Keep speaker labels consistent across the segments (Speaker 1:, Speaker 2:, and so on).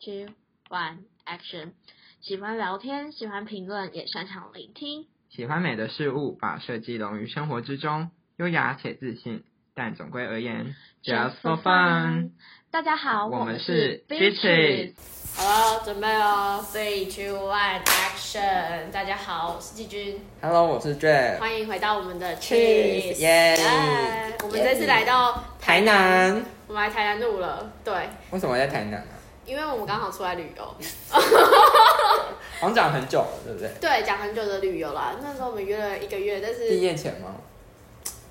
Speaker 1: Two One Action。喜欢聊天，喜欢评论，也擅长聆听。
Speaker 2: 喜欢美的事物，把设计融于生活之中，优雅且自信。但总归而言，just for fun。
Speaker 1: 大家好，
Speaker 2: 我
Speaker 1: 们
Speaker 2: 们
Speaker 1: 是
Speaker 2: 是
Speaker 1: Beaches
Speaker 2: Beaches。
Speaker 1: 好了，准备哦，Three Two One Action。大家好，我是季军，
Speaker 2: Hello，我是 Jeff。
Speaker 1: 欢迎回到我们的
Speaker 2: Cheers，
Speaker 1: Cheers。
Speaker 2: 耶
Speaker 1: 耶我们这次来到
Speaker 2: 台南，
Speaker 1: 我们来台南录了，对，
Speaker 2: 为什么在台南啊？
Speaker 1: 因为我们刚好出来旅游。
Speaker 2: 好像讲很久了，对不对？
Speaker 1: 对，讲很久的旅游啦。那时候我们约了一个月，但
Speaker 2: 毕
Speaker 1: 是
Speaker 2: 业前吗？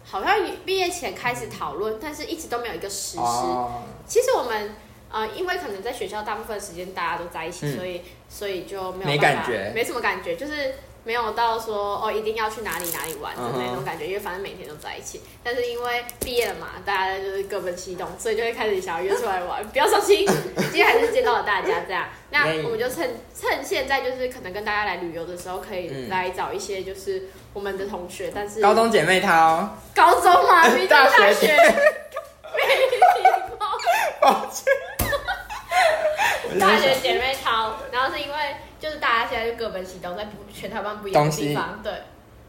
Speaker 1: 好像毕业前开始讨论，但是一直都没有一个实施。
Speaker 2: 哦，
Speaker 1: 其实我们呃，因为可能在学校大部分时间大家都在一起，
Speaker 2: 嗯
Speaker 1: 所以所以就没有
Speaker 2: 没
Speaker 1: 办
Speaker 2: 感
Speaker 1: 法
Speaker 2: 觉
Speaker 1: 没什么感觉，就是没有到说哦一定要去哪里哪里玩的
Speaker 2: 嗯哼
Speaker 1: 那种感觉，因为反正每天都在一起。但是因为毕业了嘛，大家就是各奔西东，所以就会开始想要约出来玩。不要伤心，今天还是见到了大家这 样。那
Speaker 2: 耶
Speaker 1: 我们就趁趁现在就是可能跟大家来旅游的时候，可以
Speaker 2: 嗯
Speaker 1: 来找一些就是我们的同学，但是
Speaker 2: 高中姐妹淘，
Speaker 1: 高中嘛，明明
Speaker 2: 大学
Speaker 1: 大学没礼貌。
Speaker 2: 抱歉。我
Speaker 1: 大
Speaker 2: 在
Speaker 1: 学
Speaker 2: 想
Speaker 1: 姐妹淘，然后是因为就是大家现在就各奔西东，在不全台湾不一样
Speaker 2: 东
Speaker 1: 的
Speaker 2: 西
Speaker 1: 地方，对，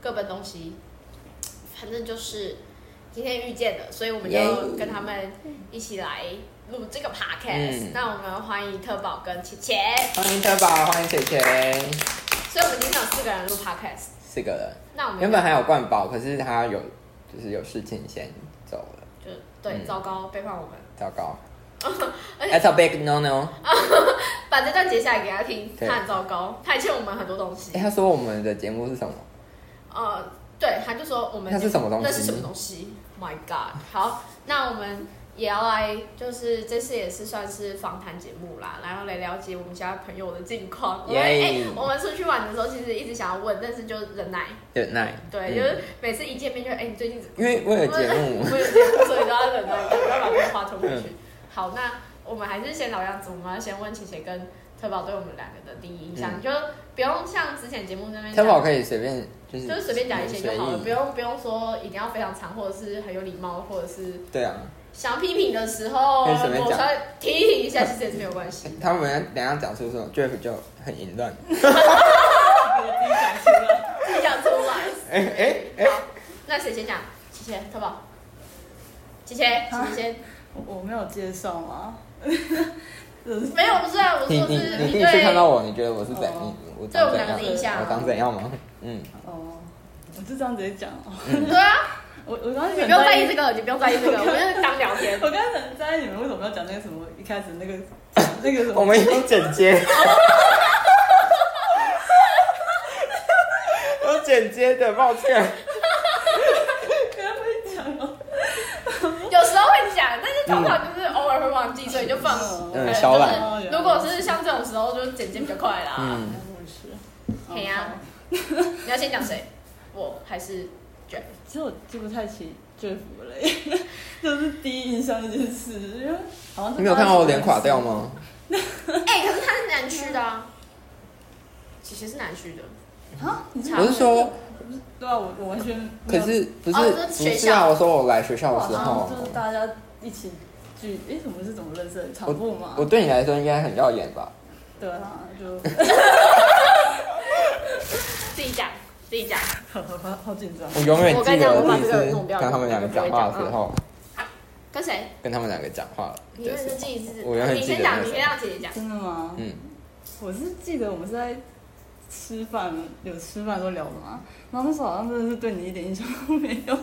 Speaker 1: 各奔东西。反正就是今天遇见的，所以我们就
Speaker 2: Yay
Speaker 1: 跟他们一起来录这个 podcast、
Speaker 2: 嗯
Speaker 1: 那我们欢迎特宝跟琪琪，
Speaker 2: 欢迎特宝，欢迎姐姐，
Speaker 1: 所以我们今天有四个人录 podcast。
Speaker 2: 四个人。
Speaker 1: 那我们
Speaker 2: 原本还有冠宝，可是他有就是有事情先走了，
Speaker 1: 就对、
Speaker 2: 嗯
Speaker 1: 糟糕背叛我们，
Speaker 2: 糟糕。
Speaker 1: 而
Speaker 2: That's a big no no。
Speaker 1: 把这段截下来给他听，
Speaker 2: 对
Speaker 1: 他很糟糕，他还欠我们很多东西
Speaker 2: 哎、。他说我们的节目是什么？
Speaker 1: 呃，对，他就说我们
Speaker 2: 那是什么东西
Speaker 1: 那是什么东西？My God！好，那我们也要来，就是这次也是算是访谈节目啦，然后来了解我们家朋友的近况。因为哎
Speaker 2: Yay，
Speaker 1: 我们出去玩的时候，其实一直想要问，但是就忍耐。
Speaker 2: 忍耐。
Speaker 1: 对，
Speaker 2: 嗯
Speaker 1: 就是每次一见面就哎、你最近怎么
Speaker 2: 因为为了 节
Speaker 1: 我
Speaker 2: 目，嗯
Speaker 1: 们有节目，所以都要忍耐，不要把这个话吞回去。 好，那我们还是先老样子，我们要先问琪琪跟特宝对我们两个的第一印象，
Speaker 2: 嗯
Speaker 1: 就不用像之前节目那边
Speaker 2: 特
Speaker 1: 讲。
Speaker 2: 宝可以随便就是
Speaker 1: 就是随便讲一些就好了，
Speaker 2: 随意
Speaker 1: 不用不用说一定要非常长，或者是很有礼貌，或者是
Speaker 2: 对啊，
Speaker 1: 想批评的时候，
Speaker 2: 可以随便
Speaker 1: 我
Speaker 2: 讲
Speaker 1: 稍微提醒一下，其实也是没有关 系。
Speaker 2: 他们等一下讲出什么，Jeff 就很淫乱。
Speaker 1: 自己讲出来。
Speaker 2: 哎哎哎，
Speaker 1: 好，那谁先讲？琪琪，特宝。琪琪，琪琪先。
Speaker 3: 我没有介绍吗？
Speaker 1: 没有，不是啊，我
Speaker 2: 你
Speaker 1: 说
Speaker 2: 你
Speaker 1: 是
Speaker 2: 你第
Speaker 1: 对
Speaker 2: 一次看到我，你觉得我是怎样？
Speaker 3: 哦
Speaker 2: 我
Speaker 1: 对我们
Speaker 2: 长
Speaker 1: 两
Speaker 2: 怎
Speaker 1: 个的印
Speaker 2: 样？
Speaker 1: 象
Speaker 2: 我
Speaker 1: 啊。
Speaker 2: 长怎样吗？嗯，
Speaker 3: 哦，我就这样直接讲哦。
Speaker 1: 对啊，
Speaker 3: 我我刚刚
Speaker 1: 你不用在意这
Speaker 3: 个，
Speaker 1: 个，你不用在意这个，我们就是当聊 天。
Speaker 3: 我刚刚很在意你们为什么要讲那个什么一开始那个 那个什
Speaker 2: 我
Speaker 3: 么，
Speaker 2: 们已经剪接。 我剪接的，抱歉。
Speaker 3: 不要被讲哦。
Speaker 1: 有时候会讲，但是通常就是偶尔会忘记，所以就放。
Speaker 2: 嗯
Speaker 1: 呃
Speaker 2: 小懒
Speaker 3: 哦
Speaker 1: 就是如果是像这种时候，就剪辑比较快啦。
Speaker 2: 嗯，
Speaker 3: 我也是。
Speaker 1: 嘿啊呀
Speaker 3: 哦好
Speaker 1: 你要先讲谁？我还是 Jeff？
Speaker 3: 其实我记不太起最服了耶， 就是第一印象这件事，因为好像是
Speaker 2: 你没有看到我脸垮掉？吗？
Speaker 1: 哎、可是他是南区的啊，其实是南区的。
Speaker 3: 啊，你
Speaker 1: 差
Speaker 2: 我
Speaker 1: 不
Speaker 2: 是说，
Speaker 3: 对啊，我我完全没
Speaker 2: 可
Speaker 3: 有
Speaker 2: 是不是
Speaker 1: 哦
Speaker 2: 不
Speaker 1: 这是学
Speaker 2: 是啊？
Speaker 1: 校
Speaker 2: 我说我来学校
Speaker 3: 我
Speaker 2: 的
Speaker 3: 好
Speaker 2: 时候
Speaker 3: 像，就是大家一起聚，哎，我们是怎么认识的？
Speaker 2: 我
Speaker 3: 场部嘛
Speaker 2: 我。对你来说应该很耀眼吧？
Speaker 3: 对啊，就。
Speaker 1: 自己讲，自己讲。
Speaker 3: 好好好紧张，
Speaker 2: 我永远
Speaker 1: 我跟你
Speaker 2: 记
Speaker 1: 讲我
Speaker 2: 得
Speaker 1: 把
Speaker 2: 第一
Speaker 1: 这个弄
Speaker 2: 次
Speaker 1: 掉
Speaker 2: 跟他们两个讲话的时候，
Speaker 1: 跟谁？
Speaker 2: 跟他们两个讲话
Speaker 1: 你
Speaker 2: 的
Speaker 1: 永远
Speaker 2: 时
Speaker 1: 是
Speaker 2: 候，
Speaker 1: 记一次。
Speaker 2: 我永远
Speaker 1: 你
Speaker 2: 记
Speaker 1: 先
Speaker 2: 得
Speaker 1: 讲，
Speaker 2: 那
Speaker 1: 你
Speaker 2: 时
Speaker 1: 先
Speaker 2: 候。
Speaker 1: 让姐姐讲。
Speaker 3: 真的吗？
Speaker 2: 嗯，
Speaker 3: 我是记得我们是在吃饭，有吃饭都聊的嘛。然后那时候好像真的是对你一点印象都没有，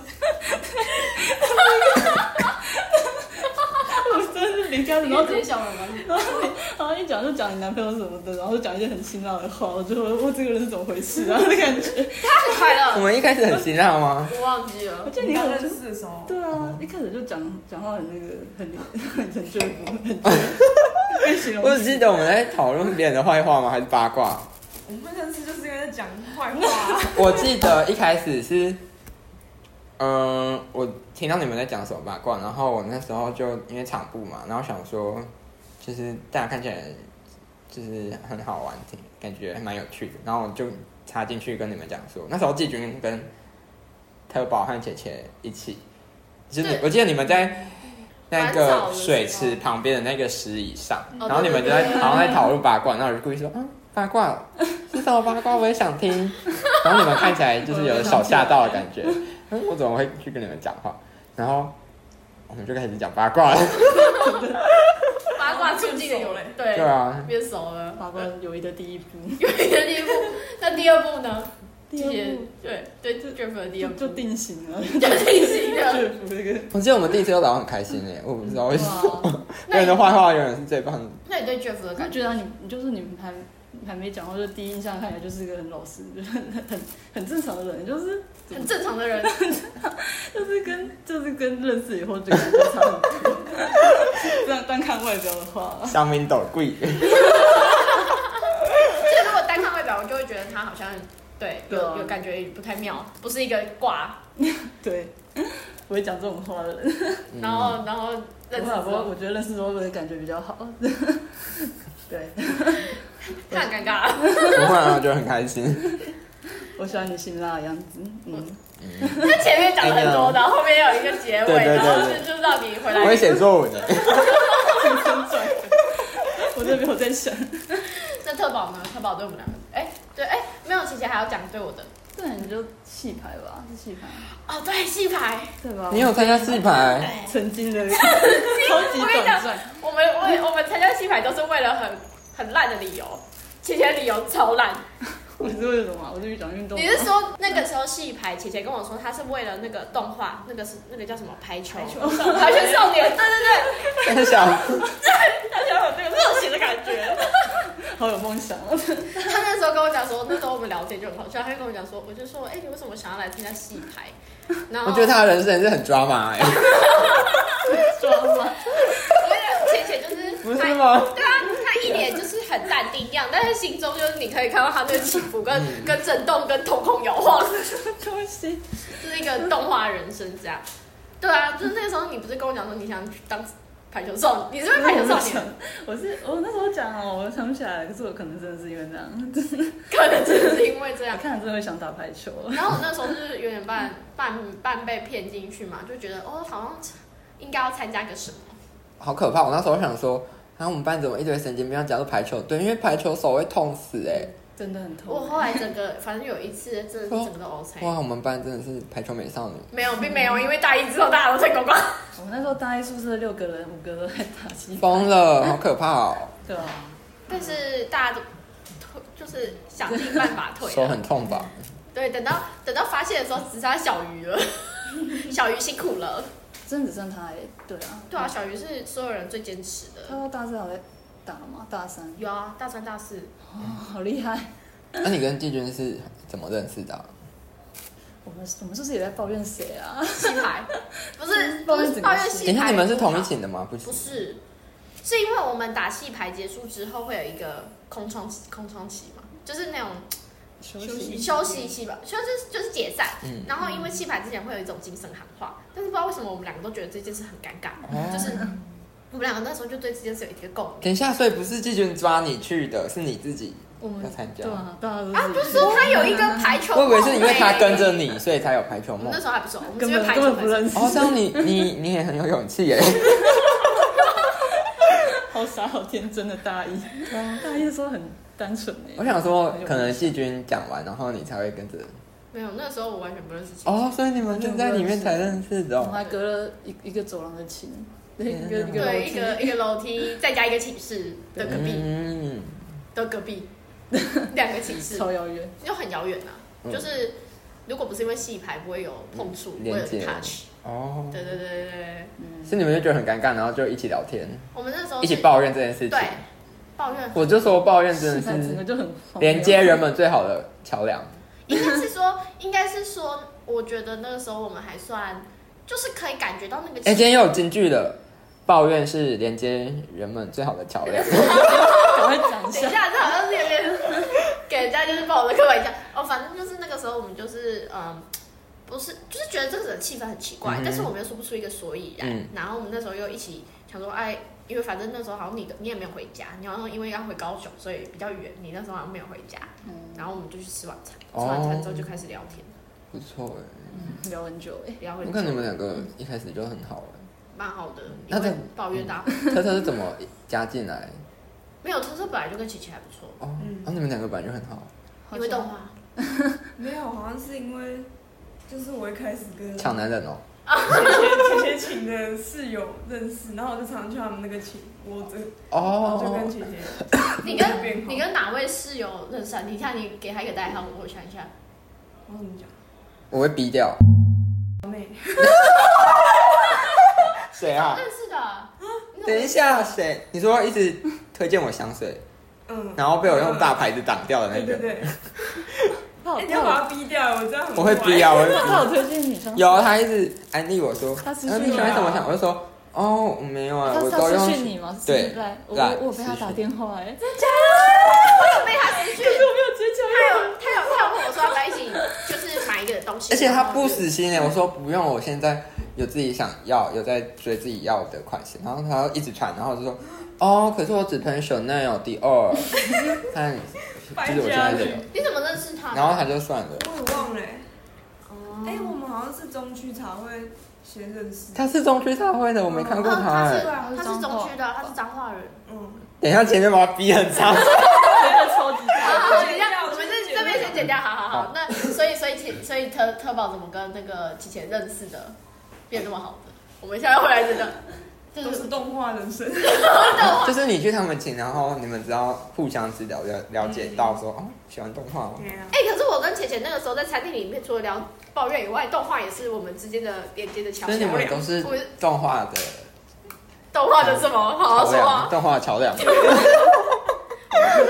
Speaker 3: 我真的是离开了，然后
Speaker 1: 直接笑了吗？
Speaker 3: 然后你然后一讲就讲你男朋友什么的，然后讲一些很辛辣的话，我就我这个人是怎么回事啊？的感觉。
Speaker 1: 他很快
Speaker 2: 我
Speaker 1: 乐，
Speaker 2: 们一开始很辛辣吗？
Speaker 1: 我忘记了
Speaker 3: 我。 记得你很
Speaker 4: 识的时候，
Speaker 3: 对啊，一开始就讲讲话很那个很很很追服，很追服，被形容
Speaker 2: 我只记得我们在讨论别人的坏话吗？还是八卦？
Speaker 4: 我们认识就是因为在讲坏话、啊
Speaker 2: 我记得一开始是，嗯，我听到你们在讲什么八卦，然后我那时候就因为场部嘛，然后想说，就是大家看起来就是很好玩，挺感觉还蛮有趣的，然后我就插进去跟你们讲说，那时候季军跟特宝和姐姐一起，就是
Speaker 1: 对
Speaker 2: 我记得你们在那
Speaker 1: 蛮早的
Speaker 2: 个
Speaker 1: 时候
Speaker 2: 水池旁边的那个石椅上，
Speaker 1: 哦
Speaker 2: 然后你们就
Speaker 1: 对
Speaker 2: 在
Speaker 1: 对对
Speaker 2: 好像在讨论八卦，然后我就故意说，嗯，八卦是什么八卦？我也想听。然后你们看起来就是有小吓到的感觉，嗯我怎么会去跟你们讲话？然后我们就开始讲八卦了，
Speaker 1: 八卦促进
Speaker 4: 变熟
Speaker 1: 友
Speaker 4: 了
Speaker 1: 对
Speaker 2: 对啊，
Speaker 1: 变熟了。
Speaker 3: 法官友谊的第一步，
Speaker 1: 有一个第一步，那第二步呢？
Speaker 3: 第二步
Speaker 1: 对对，就 Jeff 的第
Speaker 3: 就
Speaker 1: 二步
Speaker 3: 就定型了，
Speaker 1: 就定型 了。
Speaker 3: 就不是个
Speaker 2: 我记得我们第一次都聊得很开心诶，我不知道为什么，
Speaker 1: 哇
Speaker 2: 别人的坏话永远是最棒的。
Speaker 1: 那你对 Jeff 的
Speaker 3: 我
Speaker 1: 感觉？
Speaker 3: 觉得你你就是你们还还没讲话，就第一印象看起来就是一个很老实、就是很很很正常的人，就是
Speaker 1: 很正常的人，
Speaker 3: 就是跟就是跟认识以后这个人就差很多。但但看外表的话，
Speaker 2: 香槟斗贵，
Speaker 1: 就是如果单看外表，我就会觉得他好像对有
Speaker 3: 对啊
Speaker 1: 有感觉不太妙，不是一个挂。
Speaker 3: 对，不会讲这种话的人。
Speaker 2: 嗯
Speaker 1: 然后然后认
Speaker 3: 我
Speaker 1: 识
Speaker 3: 老
Speaker 1: 之
Speaker 3: 婆
Speaker 1: 后
Speaker 3: 我，觉得认识之后的感觉比较好。对，
Speaker 1: 他很尴尬。
Speaker 2: 不会啊，我觉得很开心。
Speaker 3: 我喜欢你辛辣的样子。嗯，
Speaker 2: 嗯，
Speaker 1: 他前面讲了很多，然后后面有一个结
Speaker 2: 对
Speaker 1: 尾，
Speaker 2: 对啊对
Speaker 1: 然后就就让你回
Speaker 2: 我会
Speaker 1: 来。
Speaker 2: 写作文的，
Speaker 3: 很转折。我这边我在想，
Speaker 1: 那特宝呢？特宝对我们两个，哎，对，哎，没有，琪琪还要讲对我的。
Speaker 3: 对，你就戏牌吧，是戏牌，
Speaker 1: 哦，对，戏牌。
Speaker 3: 对吧？
Speaker 2: 你有参加戏牌？
Speaker 1: 哎
Speaker 3: 曾经的超级
Speaker 1: 我跟你讲
Speaker 3: 短暂。
Speaker 1: 我们我也我们参加戏牌都是为了很很烂的理由，琪琪的理由超烂。
Speaker 3: 我是为什么啊？我是讲运动啊。
Speaker 1: 你是说那个时候戏牌，琪琪跟我说她是为了那个动画，那个是那个叫什么排球，
Speaker 4: 排球
Speaker 1: 排球少年，对 对
Speaker 2: 很想
Speaker 1: 对，她想有那个热血的感觉。
Speaker 3: 好有梦想啊！
Speaker 1: 她那时候跟我讲说，那时候我们聊天就很好笑，她就跟我讲说，我就说，哎、你为什么想要来参加戏牌？然后
Speaker 2: 我觉得他的人生是很抓马哎、
Speaker 3: 装吗？
Speaker 1: 我跟你讲，浅浅就是
Speaker 2: 不是
Speaker 1: 她
Speaker 2: 吗
Speaker 1: 对啊，她一脸就是很淡定一样，但是心中就是你可以看到她那个起伏跟、
Speaker 2: 嗯
Speaker 1: 跟震动跟瞳孔摇晃，
Speaker 3: 东西
Speaker 1: 就是一个动画人生这样。对啊，就是那个时候你不是跟我讲说你想当排球少，你是不是排球少年？
Speaker 3: 我是我那时候讲哦，我想不起来，可是我可能真的是因为那样，就是
Speaker 1: 可能真的是因为这样。
Speaker 3: 看了真的会想打排球。啊
Speaker 1: 然后我那时候就是有点半半半被骗进去嘛，就觉得哦，好像应该要参加个什么。
Speaker 2: 好可怕！我那时候想说，啊，我们班怎么一堆神经病要加入排球队？因为排球手会痛死哎、
Speaker 3: 真的很
Speaker 1: 我
Speaker 3: 痛。
Speaker 1: 后来整个反正有一次真的是
Speaker 2: 哦
Speaker 1: 整个都 O 菜，
Speaker 2: 哇，我们班真的是排球美少女，
Speaker 1: 没有，并没有，因为大一之后大家都在广告。
Speaker 3: 我那时候大一宿舍六个人，五个人在打七棒，
Speaker 2: 疯
Speaker 1: 哎
Speaker 2: 了，好可怕哦，
Speaker 3: 对啊，
Speaker 1: 但是大家都退，就是想尽办法退
Speaker 2: 手
Speaker 1: 了。
Speaker 2: 很痛吧？
Speaker 1: 对，等到等到发现的时候，只剩下小鱼了。 小鱼辛苦了。
Speaker 3: 真的只剩他哎，对啊，
Speaker 1: 对啊，小鱼是所有人最坚持
Speaker 3: 他
Speaker 1: 的。
Speaker 3: 到大四还在打吗？大三，
Speaker 1: 有啊，大三大四，
Speaker 3: 哦，好厉害。
Speaker 2: 那你跟季军是怎么认识的啊、
Speaker 3: 我们我们是不是也在抱怨谁啊？
Speaker 1: 戏 牌不是
Speaker 3: 抱
Speaker 1: 不
Speaker 3: 怨
Speaker 1: 是
Speaker 3: 整个
Speaker 1: 抱怨
Speaker 3: 系
Speaker 1: 戏
Speaker 2: 等
Speaker 1: 牌。
Speaker 2: 一下，你们是同一寝的吗？不
Speaker 1: 不
Speaker 2: 是，
Speaker 1: 是，是因为我们打戏牌结束之后会有一个空窗期空窗期嘛，就是那种
Speaker 3: 休
Speaker 4: 息
Speaker 1: 休息期吧，就是就是解散。
Speaker 2: 嗯
Speaker 1: 然后因为戏牌之前会有一种精神喊话，但是不知道为什么我们两个都觉得这件事很尴尬，
Speaker 2: 哦
Speaker 1: 就是我们两个那时候就对这件事有一个共鸣。
Speaker 2: 等一下，所以不是季军抓你去的，是你自己
Speaker 3: 我们
Speaker 2: 要参加
Speaker 3: 对。啊，大家都
Speaker 1: 啊，
Speaker 3: 是
Speaker 1: 就说他有一个排球
Speaker 2: 我
Speaker 1: 梦，
Speaker 2: 以为是因为他跟着你，所以才有排球
Speaker 1: 我们
Speaker 2: 梦
Speaker 1: 那。时候还不熟，我们
Speaker 3: 根
Speaker 1: 只会
Speaker 3: 本
Speaker 1: 排
Speaker 3: 根
Speaker 1: 球
Speaker 3: 本
Speaker 1: 本
Speaker 3: 不
Speaker 1: 身。
Speaker 3: 认识，
Speaker 2: 哦，这样你你你也很有勇气耶！
Speaker 3: 好傻好天真的大一，啊大一的时候很单纯
Speaker 2: 我
Speaker 3: 哎。
Speaker 2: 想说，可能季军讲完，然后你才会跟着
Speaker 1: 没有，那时候我完全不认识谁。
Speaker 2: 哦，所以你们是在里面才认识的
Speaker 3: 我们
Speaker 2: 哦、
Speaker 3: 还隔了一一个走廊的琴，对，一个一个楼
Speaker 1: 对，一
Speaker 3: 梯
Speaker 1: 个一个楼梯，再加一个寝 室的啊隔壁
Speaker 2: 嗯，
Speaker 1: 的隔壁，两个寝室。
Speaker 3: 超遥远。
Speaker 1: 就很遥远呐、
Speaker 2: 嗯
Speaker 1: 就是如果不是因为戏牌，不会有碰触，
Speaker 2: 嗯
Speaker 1: 不会有
Speaker 2: 连接
Speaker 1: touch。
Speaker 2: 哦，
Speaker 1: 对对对对对，
Speaker 2: 是你们就觉得很尴尬，然后就一起聊天，
Speaker 1: 我们那时候
Speaker 2: 一
Speaker 1: 是
Speaker 2: 起抱怨这件事情
Speaker 1: 哦对。抱怨，
Speaker 2: 我就说抱怨真的
Speaker 3: 反整个
Speaker 2: 是
Speaker 3: 就很荒谬
Speaker 2: 连接人们最好的桥梁。
Speaker 1: 应该是说，应该是说，我觉得那个时候我们还算，就是可以感觉到那个
Speaker 2: 哎，
Speaker 1: 气
Speaker 2: 今天又有金句了，抱怨是连接人们最好的桥梁。
Speaker 3: 赶快讲一
Speaker 1: 等一
Speaker 3: 下。
Speaker 1: 下，这好像是有点 给人家就是抱我的刻板印象哦。反正就是那个时候我们就是嗯，不是就是觉得这个人气氛很奇怪，
Speaker 2: 嗯哼
Speaker 1: 但是我们又说不出一个所以然。
Speaker 2: 嗯
Speaker 1: 然后我们那时候又一起想说，哎，因为反正那时候好像你的你也没有回家，你好像因为要回高雄，所以比较远，你那时候好像没有回家。
Speaker 3: 嗯，
Speaker 1: 然后我们就去吃晚餐，
Speaker 2: 哦
Speaker 1: 吃晚餐之后就开始聊天，
Speaker 2: 不错哎，
Speaker 3: 聊很久哎，
Speaker 1: 聊很
Speaker 2: 我
Speaker 1: 久
Speaker 2: 看你。们两个一开始就很好哎，
Speaker 1: 蛮好的，
Speaker 2: 那
Speaker 1: 因为
Speaker 2: 这
Speaker 1: 抱怨大会、
Speaker 2: 特特是怎么加进来？
Speaker 1: 没有，特色本来就跟琪琪还不错，
Speaker 2: 哦，
Speaker 4: 嗯
Speaker 2: 然后你们两个本来就很好，
Speaker 1: 因为动画
Speaker 4: 没有，好像是因为就是我一开始跟
Speaker 2: 抢男人哦。
Speaker 4: 姐姐姐姐请的室友认识，然后我就常常去他们那个寝窝子，然后就跟
Speaker 2: 哦，
Speaker 4: 姐姐
Speaker 1: 你
Speaker 4: 就变
Speaker 1: 跟
Speaker 4: 好
Speaker 1: 你跟哪位室友认识啊？你看你给他一个代号，我想一下。
Speaker 4: 我怎么讲？
Speaker 2: 我会逼掉。
Speaker 4: 妹，
Speaker 2: 谁啊？
Speaker 1: 认识的啊，你怎么
Speaker 2: 等一下，谁？你说一直推荐我香水，
Speaker 4: 嗯，
Speaker 2: 然后被我用大牌子挡掉的那
Speaker 4: 对 对
Speaker 2: 个，
Speaker 4: 对，
Speaker 3: 他
Speaker 4: 哎，
Speaker 3: 有
Speaker 4: 你要把他逼掉，我知道很
Speaker 2: 我会逼啊，我会逼。
Speaker 3: 他有推荐你香水
Speaker 2: 有，他一直安利我说，
Speaker 3: 他私
Speaker 2: 呃
Speaker 3: 讯
Speaker 2: 你喜
Speaker 3: 你
Speaker 2: 欢
Speaker 3: 啊
Speaker 2: 什么香？我就说，哦，没有啊，
Speaker 3: 他
Speaker 2: 我
Speaker 3: 他
Speaker 2: 都用
Speaker 3: 私讯你吗？
Speaker 2: 对
Speaker 3: 私赖我
Speaker 2: 赖
Speaker 3: 我有被他
Speaker 2: 私讯
Speaker 3: 打电话哎，
Speaker 1: 我有被他失去，
Speaker 3: 我没有接起
Speaker 1: 他有他有他有跟我说要在一起，就是买一个东西，
Speaker 2: 而且
Speaker 3: 啊
Speaker 2: 他不
Speaker 1: 是
Speaker 2: 死心哎，我说不用，我现在有自己想要，有在追自己要的款式，然后他一直传，然后我就说，哦，可是我只喷 Chanel 第 二，看，就是我现
Speaker 3: 啊
Speaker 2: 在这个，
Speaker 1: 你怎么认识他？
Speaker 2: 然后他就算了，
Speaker 4: 我也忘了欸，
Speaker 1: 哦，
Speaker 4: 哎，我们好像是中区茶会先认识，
Speaker 2: 他是中区大会的，我没看过
Speaker 1: 嗯
Speaker 2: 他
Speaker 3: 哦
Speaker 1: 他
Speaker 2: 哎
Speaker 1: 是，他是中区的，他是彰化人。
Speaker 4: 嗯，
Speaker 2: 等一下前面把他逼很 长，
Speaker 3: 来，超级
Speaker 1: 好
Speaker 3: 大。
Speaker 1: 好，哎等一下，我们这这边先剪掉，好好好。那所以所以其所以特特宝怎么跟那个提前认识的变那么好的？我们现在回来这个，就
Speaker 4: 都
Speaker 1: 是
Speaker 4: 是动画人生，
Speaker 2: 就是你去他们寝，然后你们只要互相知了了了解到说，哦，喜欢动画哦，
Speaker 3: 嗯
Speaker 4: 对 啊
Speaker 1: 哎、可是我跟浅浅那个时候在餐厅里面，除了聊抱怨以外，动画也是我们之间的连接的桥
Speaker 2: 所以你
Speaker 1: 梁。
Speaker 2: 们都是
Speaker 1: 我
Speaker 2: 动画的
Speaker 1: 动画的什么？好好
Speaker 2: 桥
Speaker 1: 说
Speaker 2: 梁，
Speaker 1: 啊！
Speaker 2: 动画的桥 梁，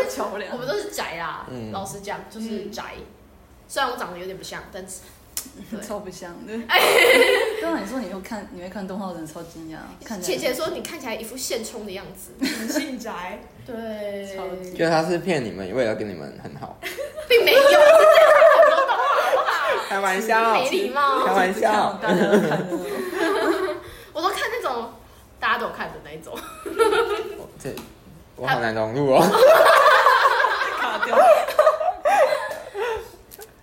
Speaker 3: 桥梁
Speaker 1: 我们都是宅啦，
Speaker 2: 嗯
Speaker 1: 老实讲就是宅。虽然我长得有点不像，但是
Speaker 3: 超不像 的。刚刚你说你又看，你会看动画的人超惊讶，看起
Speaker 1: 浅浅
Speaker 3: 来
Speaker 1: 说你看起来一副现充的样子。
Speaker 4: 很性宅，
Speaker 1: 对
Speaker 3: 超级
Speaker 2: 觉得他是骗你们，为了跟你们很好，
Speaker 1: 并没有，真的有很多动画
Speaker 2: 开玩笑，
Speaker 1: 没礼貌。
Speaker 2: 开玩笑。
Speaker 3: 大家都看的那种。
Speaker 1: 我都看那种大家都有看的那一种，
Speaker 2: 我这我好难融入哦。
Speaker 4: 卡掉，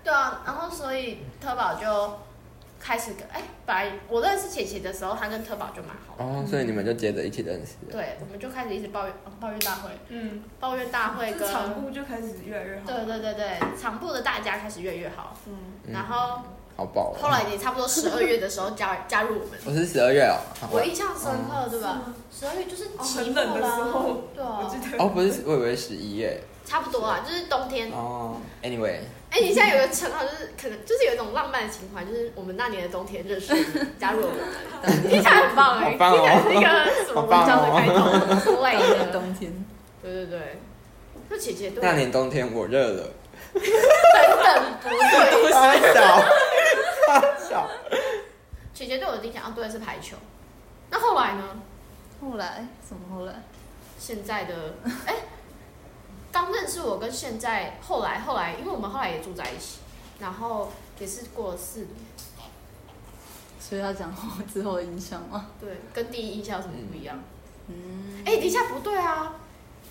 Speaker 1: 对啊，然后所以特宝就开始跟哎、本来我认识琪琪的时候，他跟特宝就蛮好的，
Speaker 2: 哦，所以你们就接着一起认识了。
Speaker 1: 对，我们就开始一直抱怨、哦抱怨大会，
Speaker 4: 嗯，
Speaker 1: 抱怨大会
Speaker 4: 这
Speaker 1: 跟
Speaker 4: 场部就开始越来越好，
Speaker 1: 对对对对，场部的大家开始越来越好，
Speaker 4: 嗯，
Speaker 2: 嗯
Speaker 1: 然后
Speaker 2: 好饱
Speaker 1: 后
Speaker 2: 哦。
Speaker 1: 来你差不 多十二月的时候加加入我们，
Speaker 2: 我是十二月哦。好
Speaker 1: 我印象深刻对吧
Speaker 4: 是吗？
Speaker 1: 十二月就是
Speaker 4: 哦
Speaker 1: 期
Speaker 4: 很
Speaker 1: 末啊
Speaker 4: 冷的
Speaker 1: 啦
Speaker 4: 时候，
Speaker 1: 对
Speaker 4: 我
Speaker 1: 啊，
Speaker 4: 记得
Speaker 2: 哦，不是，我以为十一月。
Speaker 1: 差不多啊，就是冬天。
Speaker 2: 哦，anyway，
Speaker 1: 哎、你现在有个称号，就是可能就是有一种浪漫的情怀，就是我们那年的冬天认识 你，加入了我 们，听起来很棒哎、
Speaker 2: 好棒哦
Speaker 1: 听起来是一个什么文章的开头 之类
Speaker 3: 到了
Speaker 1: 的。
Speaker 3: 冬天，
Speaker 1: 对对对，就姐姐对
Speaker 2: 那
Speaker 1: 我
Speaker 2: 年冬天我热了。
Speaker 1: 等等不对，
Speaker 2: 他小，他小。
Speaker 1: 姐姐对我的印象啊，对是排球。那后来呢？
Speaker 3: 后来什么后来？
Speaker 1: 现在的哎、刚认识我跟现在后来后来，因为我们后来也住在一起，然后也是过了四年，
Speaker 3: 所以他讲后之后的影响吗？
Speaker 1: 对，跟第一印象有什么不一样？
Speaker 3: 嗯，
Speaker 1: 哎、等一下，不对啊，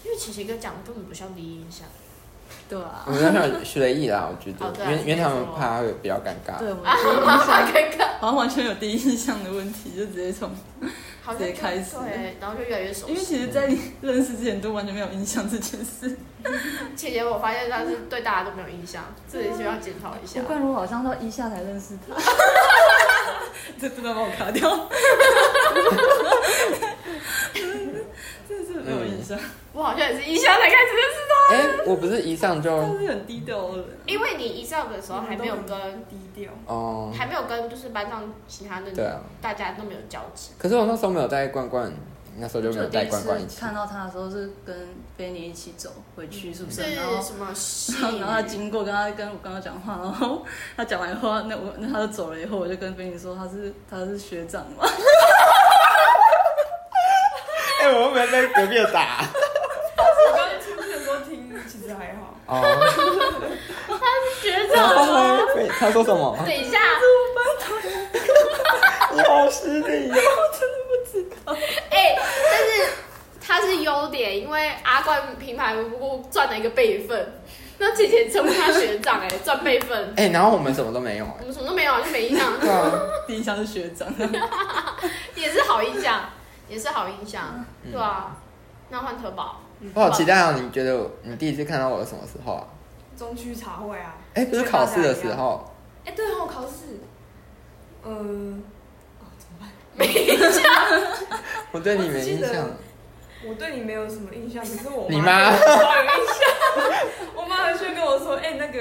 Speaker 1: 因为琪琪哥讲的根本不像第一印象。
Speaker 3: 对啊
Speaker 2: 我，们那时候随意啦，我觉
Speaker 1: 哦
Speaker 2: 得，
Speaker 1: 对
Speaker 2: 因
Speaker 1: 啊
Speaker 2: 为因为他们
Speaker 1: 没错
Speaker 2: 怕会比较尴尬。
Speaker 3: 对，我
Speaker 1: 啊，
Speaker 3: 们
Speaker 1: 好尴尬，
Speaker 3: 好像完全有第一印象的问题，就直接从，
Speaker 1: 好像
Speaker 3: 直接开始
Speaker 1: 对，然后就越来越熟
Speaker 3: 因为
Speaker 1: 悉。
Speaker 3: 其实，在你认识之前都完全没有印象这件事。
Speaker 1: 姐姐，我发现她是对大家都没有印象，这里需要检讨一下
Speaker 3: 吴。冠如好像到一下才认识他， 这真的把我卡掉， 真的是没有印象，
Speaker 1: 我好像也是一下才开始认识她，
Speaker 2: 哎，我不是一上就
Speaker 3: 他是很低调的人。
Speaker 1: 因为你一上的时候还没有
Speaker 4: 你们都
Speaker 1: 跟
Speaker 4: 很低调，
Speaker 2: 哦，
Speaker 1: 还没有跟就是班上其他
Speaker 2: 对
Speaker 1: 的
Speaker 2: 啊。
Speaker 1: 大家都没有交集。
Speaker 2: 可是我那时候没有带罐罐，那时候就没有
Speaker 3: 第
Speaker 2: 带
Speaker 3: 一
Speaker 2: 罐罐一
Speaker 3: 次
Speaker 2: 起。
Speaker 3: 看到他的时候是跟菲尼一起走回去宿舍，
Speaker 1: 嗯是
Speaker 3: 然后
Speaker 1: 什 么戏？
Speaker 3: 然后他经过跟他跟我跟他讲话，然后 他讲完以后，那我那他就走了以后，我就跟菲尼说他是他是学长嘛，
Speaker 2: 哎、我又没被隔壁打。
Speaker 4: 我刚刚出去的时候听，其实还好，
Speaker 2: 哦，
Speaker 1: 学
Speaker 2: 然
Speaker 1: 长
Speaker 2: 后
Speaker 1: 吗？
Speaker 2: 呢？他说什么？
Speaker 1: 等一下，
Speaker 2: 你好失礼哦。
Speaker 1: 哎、但是他是优点，因为阿冠平白无故赚了一个辈分，那姐姐称呼他学长哎、赚辈 分。
Speaker 2: 哎、然后我们什么都没有、哎
Speaker 1: 我们什么都没有啊，就没印象，
Speaker 2: 对啊，
Speaker 3: 第一项是学长，
Speaker 1: 也是好印象，也是好印象，
Speaker 2: 嗯
Speaker 1: 对啊。那换投保，
Speaker 2: 我好期待哦！你觉得我你第一次看到我是什么时候啊？
Speaker 4: 中区茶会啊。
Speaker 2: 哎、不是考试的时候，
Speaker 4: 哎、对哦，考试。嗯，
Speaker 2: 我对你没印象。
Speaker 4: 我对你没有什么印象，可是我
Speaker 2: 你妈
Speaker 4: 对我有印象。 我妈回去跟我说：“哎、那个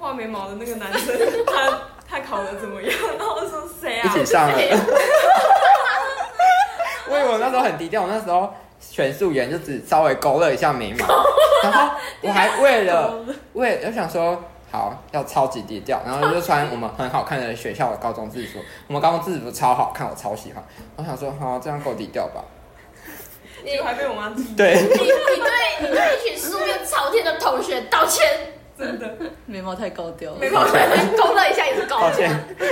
Speaker 4: 画眉毛的那个男生，他他考的怎么样？”然后我说：“谁
Speaker 2: 一
Speaker 4: 啊
Speaker 2: 起上了
Speaker 1: 对。
Speaker 2: 我以为我那时候很低调，我那时候选素颜就只稍微勾勒一下眉 毛，然后我还为了为我想说好要超级低调，然后就穿我们很好看的学校的高中制服，我们高中制服超好看，我超喜欢。我想说好这样够低调吧？
Speaker 1: 你
Speaker 4: 结果还被我妈记，
Speaker 2: 对，
Speaker 1: 你你对你对一群素面朝天的同学道歉，
Speaker 4: 真的。
Speaker 3: 眉毛太高调了
Speaker 1: 没。抱歉， 勾勒一下也是高
Speaker 2: 抱
Speaker 1: 的。
Speaker 2: 歉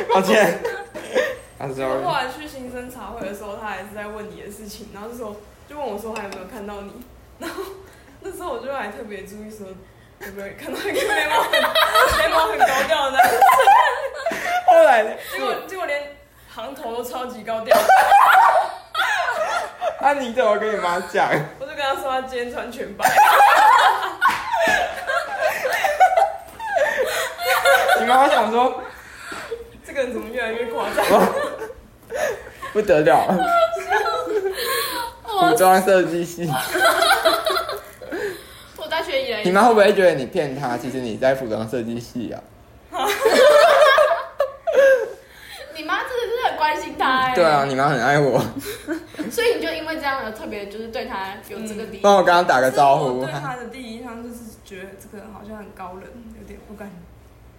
Speaker 2: 抱歉。那时候
Speaker 4: 后来去新生茶会的时候，他还是在问你的事情，然后就说就问我说还有没有看到你， 然后那时候我就还特别注意说有没有看到一个眉毛很眉毛很高调的男生，
Speaker 2: 后来
Speaker 4: 结果结果连行头都超级高调，
Speaker 2: 安妮怎么跟你妈讲？
Speaker 4: 我就跟他说他今天穿全白，
Speaker 2: 你妈妈想说
Speaker 4: 这个人怎么越来越夸 张？
Speaker 2: 不得了，服装设计系。
Speaker 1: 我大学以来
Speaker 2: 你妈会不会觉得你骗她？其实你在服装设计系啊？
Speaker 1: 你妈真的是很关心他哎、
Speaker 2: 对啊，，你妈很爱我，
Speaker 1: 所以你就因为这样而特别就是对他有这个理解。哦
Speaker 2: 帮我跟她打个招呼。
Speaker 4: 对他的第一印象就是觉得这个人好像很高冷，有点不敢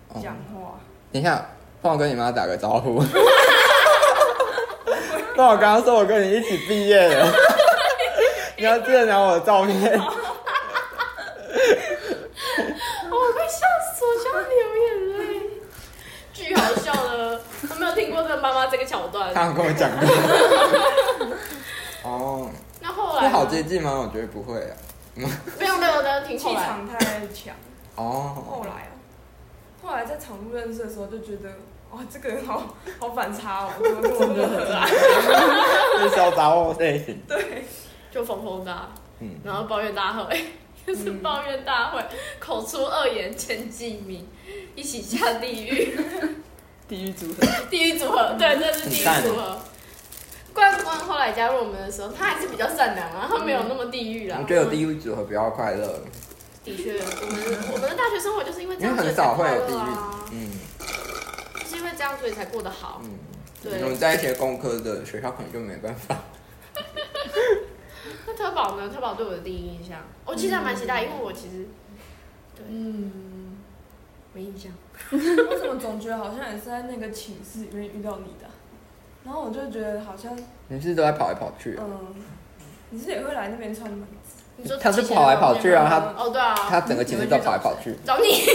Speaker 2: 哦
Speaker 4: 讲话。
Speaker 2: 等一下，帮我跟你妈打个招呼。 帮我刚刚说我跟你一起毕 业的，你要记得拿我的照片。
Speaker 1: 我快笑死我，想要流眼泪，巨好笑的，我没有听过这个妈妈这个桥段。
Speaker 2: 她有跟我讲过。 哦，
Speaker 1: 那后来
Speaker 2: 会
Speaker 1: 呢
Speaker 2: 好接近吗？我觉得不会啊。
Speaker 1: 没有没有的，挺
Speaker 4: 气
Speaker 1: 后来。
Speaker 4: 场太强。
Speaker 2: 哦，
Speaker 4: 后来啊，后来在场路认识的时候就觉得，哇，这个人好 好反差哦，怎么跟我那么合啊？
Speaker 2: 是小杂货类型。
Speaker 4: 对，
Speaker 1: 就疯疯的啊、
Speaker 2: 嗯
Speaker 1: 然后抱怨大会， 就是抱怨大会，口出恶言前几名，一起下地狱，
Speaker 3: 地狱组合，
Speaker 1: 地狱组合，对，这是地狱组合。关关后来加入我们的时候，他还是比较善良啊，他没有那么地狱啦。
Speaker 2: 我觉得有地狱组合比较快乐，
Speaker 1: 的确，我们我们的大学生活就是因为这
Speaker 2: 因
Speaker 1: 样，
Speaker 2: 为
Speaker 1: 所以
Speaker 2: 很
Speaker 1: 才
Speaker 2: 少会
Speaker 1: 快
Speaker 2: 有地
Speaker 1: 乐
Speaker 2: 狱
Speaker 1: 啊。。
Speaker 2: 嗯。
Speaker 1: 就是因为这样，所以才过得好。
Speaker 2: 嗯，
Speaker 1: 哦对
Speaker 2: 我们在一些工科的学校可能就没办法。
Speaker 1: 那特宝呢？特宝对我的第一印象，我其实还蛮期待，因为我其实
Speaker 4: 嗯，
Speaker 1: 没印象。
Speaker 4: 我怎么总觉得好像也是在那个寝室里面遇到你的啊、然后我就觉得好像，
Speaker 2: 你是都在跑来跑去、
Speaker 1: 哦
Speaker 2: 啊，
Speaker 4: 嗯，你是也会来那边穿吗？
Speaker 1: 你说
Speaker 2: 他是
Speaker 1: 之前
Speaker 2: 跑来跑去啊，
Speaker 4: 他
Speaker 2: 他
Speaker 1: 哦，对啊，
Speaker 2: 他整个寝室都跑来跑去。
Speaker 1: 找你。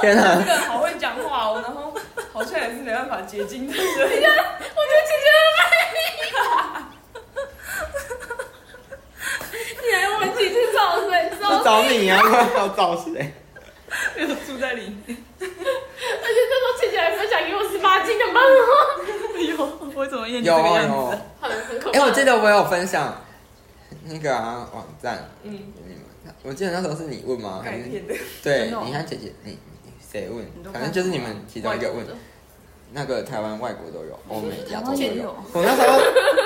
Speaker 2: 天
Speaker 4: 这
Speaker 2: 啊，
Speaker 4: 个人好会讲话哦，然后好像也是没办法接近的人。
Speaker 1: 我就解决了你来我们寝室找谁？
Speaker 2: 是
Speaker 1: 找
Speaker 2: 找你啊，要找谁？
Speaker 4: 没有住 在里
Speaker 1: 而且
Speaker 4: 面，
Speaker 1: 那时候倩倩还分享给我十八禁的漫画，
Speaker 3: 哎呦，我怎么演
Speaker 2: 有
Speaker 3: 这个样
Speaker 2: 有
Speaker 3: 子啊？，
Speaker 1: 很很可
Speaker 2: 哎、
Speaker 1: 怕。
Speaker 2: 我记得我有分享那个啊网站
Speaker 4: 嗯，
Speaker 2: 给你们，我记得那时候是你问吗？还
Speaker 4: 改
Speaker 2: 是
Speaker 4: 变的。
Speaker 2: 对
Speaker 3: 真的哦，
Speaker 2: 你看姐姐，你你谁问
Speaker 3: 你都？看
Speaker 2: 反正就是你们其中一个
Speaker 3: 外
Speaker 2: 问
Speaker 3: 国的，
Speaker 2: 那个台湾、外国都 有，欧美、亚洲
Speaker 3: 台湾
Speaker 2: 都
Speaker 3: 也
Speaker 2: 有
Speaker 3: 有。
Speaker 2: 我那时候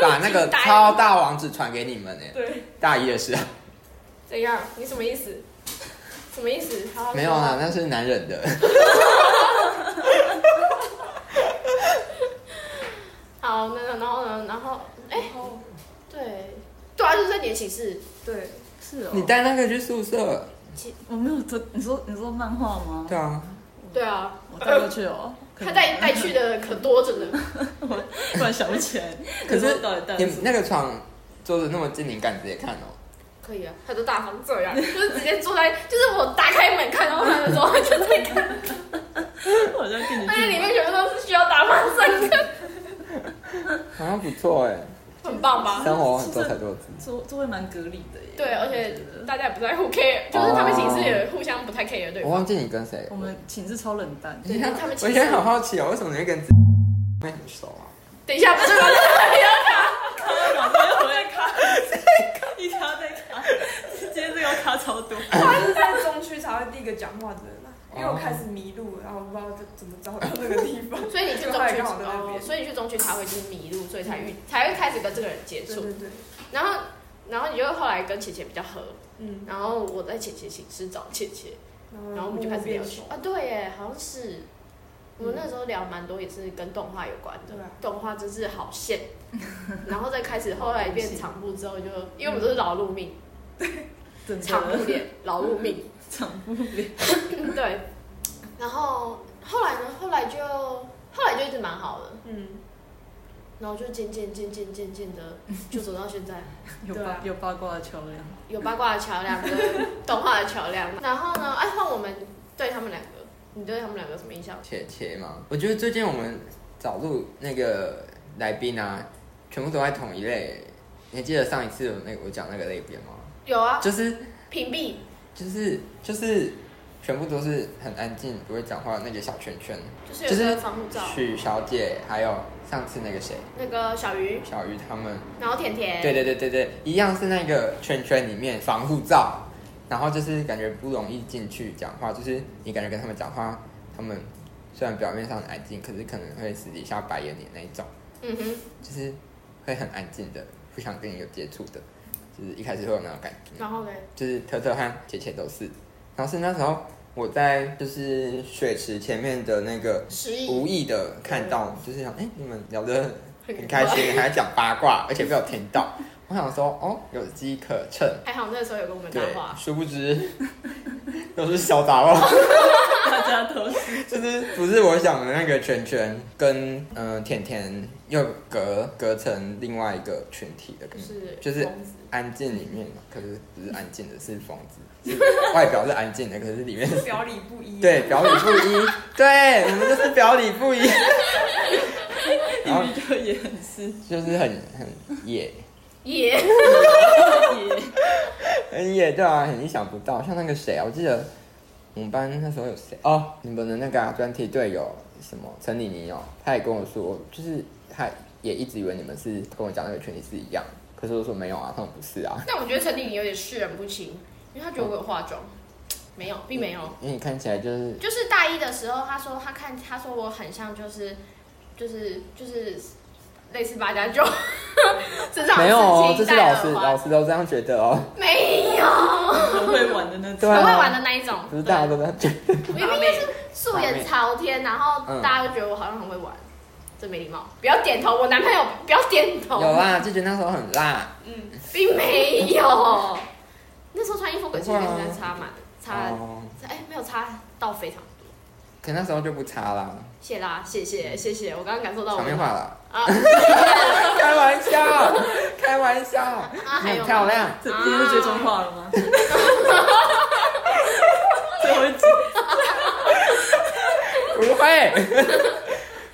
Speaker 2: 把那个
Speaker 1: 惊呆
Speaker 2: 超大网址传给你们 呢、
Speaker 4: 对，
Speaker 2: 大一的时候。
Speaker 1: 怎样？你什么意思？什么意思？好好说
Speaker 2: 没有啊，。那是男人的。
Speaker 1: 好，那那然后呢？然后哎、
Speaker 4: 然后
Speaker 1: 对，对啊，就是在你的寝室，
Speaker 4: 对，
Speaker 3: 是哦，
Speaker 2: 你带那个去宿舍？
Speaker 3: 我没有做，你说你说漫画吗？
Speaker 2: 对啊，
Speaker 1: 对啊，
Speaker 3: 我带过去哦。
Speaker 1: 他带带去的可多着呢。
Speaker 3: 突然想不起来，
Speaker 2: 可是
Speaker 3: 我到底带了
Speaker 2: 你
Speaker 3: 什么
Speaker 2: 那个床坐的那么近，你敢直接看哦？
Speaker 1: 可以啊，他都大方这样，就是直接坐在，就是我打开门看到他的时候，他就在看。
Speaker 3: 我好像跟你
Speaker 1: 而且里
Speaker 3: 去
Speaker 1: 面全部都是需要打扮上的。
Speaker 2: 好像不错哎、
Speaker 1: 很棒
Speaker 3: 啊
Speaker 1: 吧？
Speaker 2: 生活很多才多姿。
Speaker 3: 座座位蛮隔离的耶。
Speaker 1: 对，而且
Speaker 3: 我觉得
Speaker 1: 大家也不在乎
Speaker 4: 哦
Speaker 1: care，就是他们寝室也互相不太 care 对
Speaker 2: 我
Speaker 1: 方。
Speaker 2: 忘记你跟谁
Speaker 3: 我，们寝室超冷 淡，
Speaker 1: 对，他们
Speaker 2: 我
Speaker 1: 寝
Speaker 2: 现
Speaker 1: 室
Speaker 2: 在好好奇哦，为什么你会跟妹很熟啊？
Speaker 1: 等一下，不是吗？
Speaker 3: 然后又在卡，一卡在卡，今天这个卡超多。
Speaker 4: 他是在中区才会第一个讲话的人啊，因为我开始迷路，然后我不知道怎么找到那个地 方。
Speaker 1: 所以你去中
Speaker 4: 就后来
Speaker 1: 区
Speaker 4: 刚好在那
Speaker 1: 哦
Speaker 4: 边，
Speaker 1: 所以你去中区才会就是迷路，所以才遇才会开始跟这个人接
Speaker 4: 嗯对
Speaker 1: 触
Speaker 4: 对，对，
Speaker 1: 然后然后你就后来跟姐姐比较合，
Speaker 4: 嗯，
Speaker 1: 然后我在姐姐寝室找姐姐，然
Speaker 4: 然
Speaker 1: 后我们就开始聊
Speaker 4: 嗯变
Speaker 1: 起
Speaker 4: 熟。
Speaker 1: 啊，对耶，好像是。我们那时候聊蛮多，也是跟动画有关的
Speaker 4: 对啊。
Speaker 1: 动画真是好 线，然后再开始后来变长布之后就，因为我们都是劳碌命，
Speaker 3: 真
Speaker 1: 长布
Speaker 3: 的
Speaker 1: 脸，劳碌命。
Speaker 3: 长不了。
Speaker 1: 嗯对，然后后来呢？后来就后来就一直蛮好的，
Speaker 4: 嗯，
Speaker 1: 然后就渐渐渐渐渐渐的就走到现在，
Speaker 3: 有
Speaker 4: 对
Speaker 3: 八
Speaker 4: 啊
Speaker 3: 有八卦的桥 梁，
Speaker 1: 有八卦的桥梁跟动画的桥梁。然后呢？哎，换我们对他们两个，你对他们两个有什么印象？
Speaker 2: 切切嘛，我觉得最近我们找录那个来宾啊，全部都在同一类。你还记得上一次我那个我讲那个类别吗？
Speaker 1: 有啊，
Speaker 2: 就是
Speaker 1: 屏蔽
Speaker 2: 就是就是，全部都是很安静不会讲话的那个小圈圈。
Speaker 1: 就是有个防护罩，
Speaker 2: 许小姐还有上次那个谁
Speaker 1: 那个小鱼，
Speaker 2: 小鱼他们，
Speaker 1: 然后甜甜，
Speaker 2: 对对对对对，一样是那个圈圈里面防护罩，然后就是感觉不容易进去讲话，就是你感觉跟他们讲话，他们虽然表面上很安静，可是可能会私底下白眼你那一种，
Speaker 1: 嗯哼，
Speaker 2: 就是会很安静的，不想跟你有接触的，就是一开始会有那种感觉。
Speaker 1: 然后呢？
Speaker 2: 就是特特和姐姐都是。然后是那时候我在就是水池前面的那个
Speaker 1: 失忆，
Speaker 2: 无意的看到，就是想哎、诶你们聊得很
Speaker 1: 很
Speaker 2: 开心，还讲八卦，而且被我听 到，我想说哦有机可乘。
Speaker 1: 还好那时候有跟我们搭
Speaker 2: 对，
Speaker 1: 话，
Speaker 2: 殊不知 都是小杂毛，
Speaker 3: 大家都是
Speaker 2: 就是不是我想的那个圈圈跟呃甜甜又隔隔成另外一个群体的，
Speaker 1: 就
Speaker 2: 嗯
Speaker 1: 是
Speaker 2: 就是
Speaker 1: 疯子
Speaker 2: 安静里面嘛，可是不是安静的，是疯子， 是外表是安静的，可是里面 是
Speaker 4: 表里不一。
Speaker 2: 对，表里不一，对我们就是表里 不一，然后
Speaker 3: 你就也很是
Speaker 2: 就是很很野，
Speaker 1: 耶，
Speaker 3: 也
Speaker 2: 很野对啊，很意想不到。像那个谁啊，我记得我们班那时候有谁哦，你们的那个啊专题队友什么陈李宁哦，他也跟我说，就是他也一直以为你们是跟我讲那个群体是一样，可是我说没有啊，他们不是啊，
Speaker 1: 但我觉得陈婷有点视人不清，因为他觉得我有化妆，没有，并没有。
Speaker 2: 因为你看起来就是
Speaker 1: 就是大一的时候，他说他看他说我很像就是就是就是类似八加九 身上的
Speaker 2: 没有哦，
Speaker 1: 刺青
Speaker 2: 这是
Speaker 1: 戴
Speaker 2: 老
Speaker 1: 耳
Speaker 2: 师
Speaker 1: 环
Speaker 2: 老师都这样觉得哦，
Speaker 1: 没有
Speaker 3: 很会玩的那
Speaker 2: 对
Speaker 3: 种。
Speaker 2: 啊
Speaker 1: 很会玩的那一种，
Speaker 2: 不是大家都这样觉得。
Speaker 1: 对明明就是素颜朝天，然
Speaker 2: 嗯
Speaker 1: 后大家都觉得我好像很会玩，这没礼貌，不要点头，我男朋友不要点头，
Speaker 2: 有啦，就觉得那时候很辣，
Speaker 4: 嗯，
Speaker 1: 并没有， 那时候穿衣风格其实跟
Speaker 2: 不会
Speaker 1: 现
Speaker 2: 啊
Speaker 1: 在差蛮差，
Speaker 2: 哦，
Speaker 1: 哎没有差到非常多，
Speaker 2: 可那时候就不差啦，
Speaker 1: 谢啦，谢谢谢谢，我刚刚感受到我
Speaker 2: 场面化了。
Speaker 1: 啊
Speaker 2: 开玩笑，开玩 笑，
Speaker 1: 啊
Speaker 2: 你
Speaker 1: 还有
Speaker 2: 很
Speaker 1: 吗
Speaker 2: 漂亮。
Speaker 3: 这今天是最终话了吗？最后一集，
Speaker 2: 不会，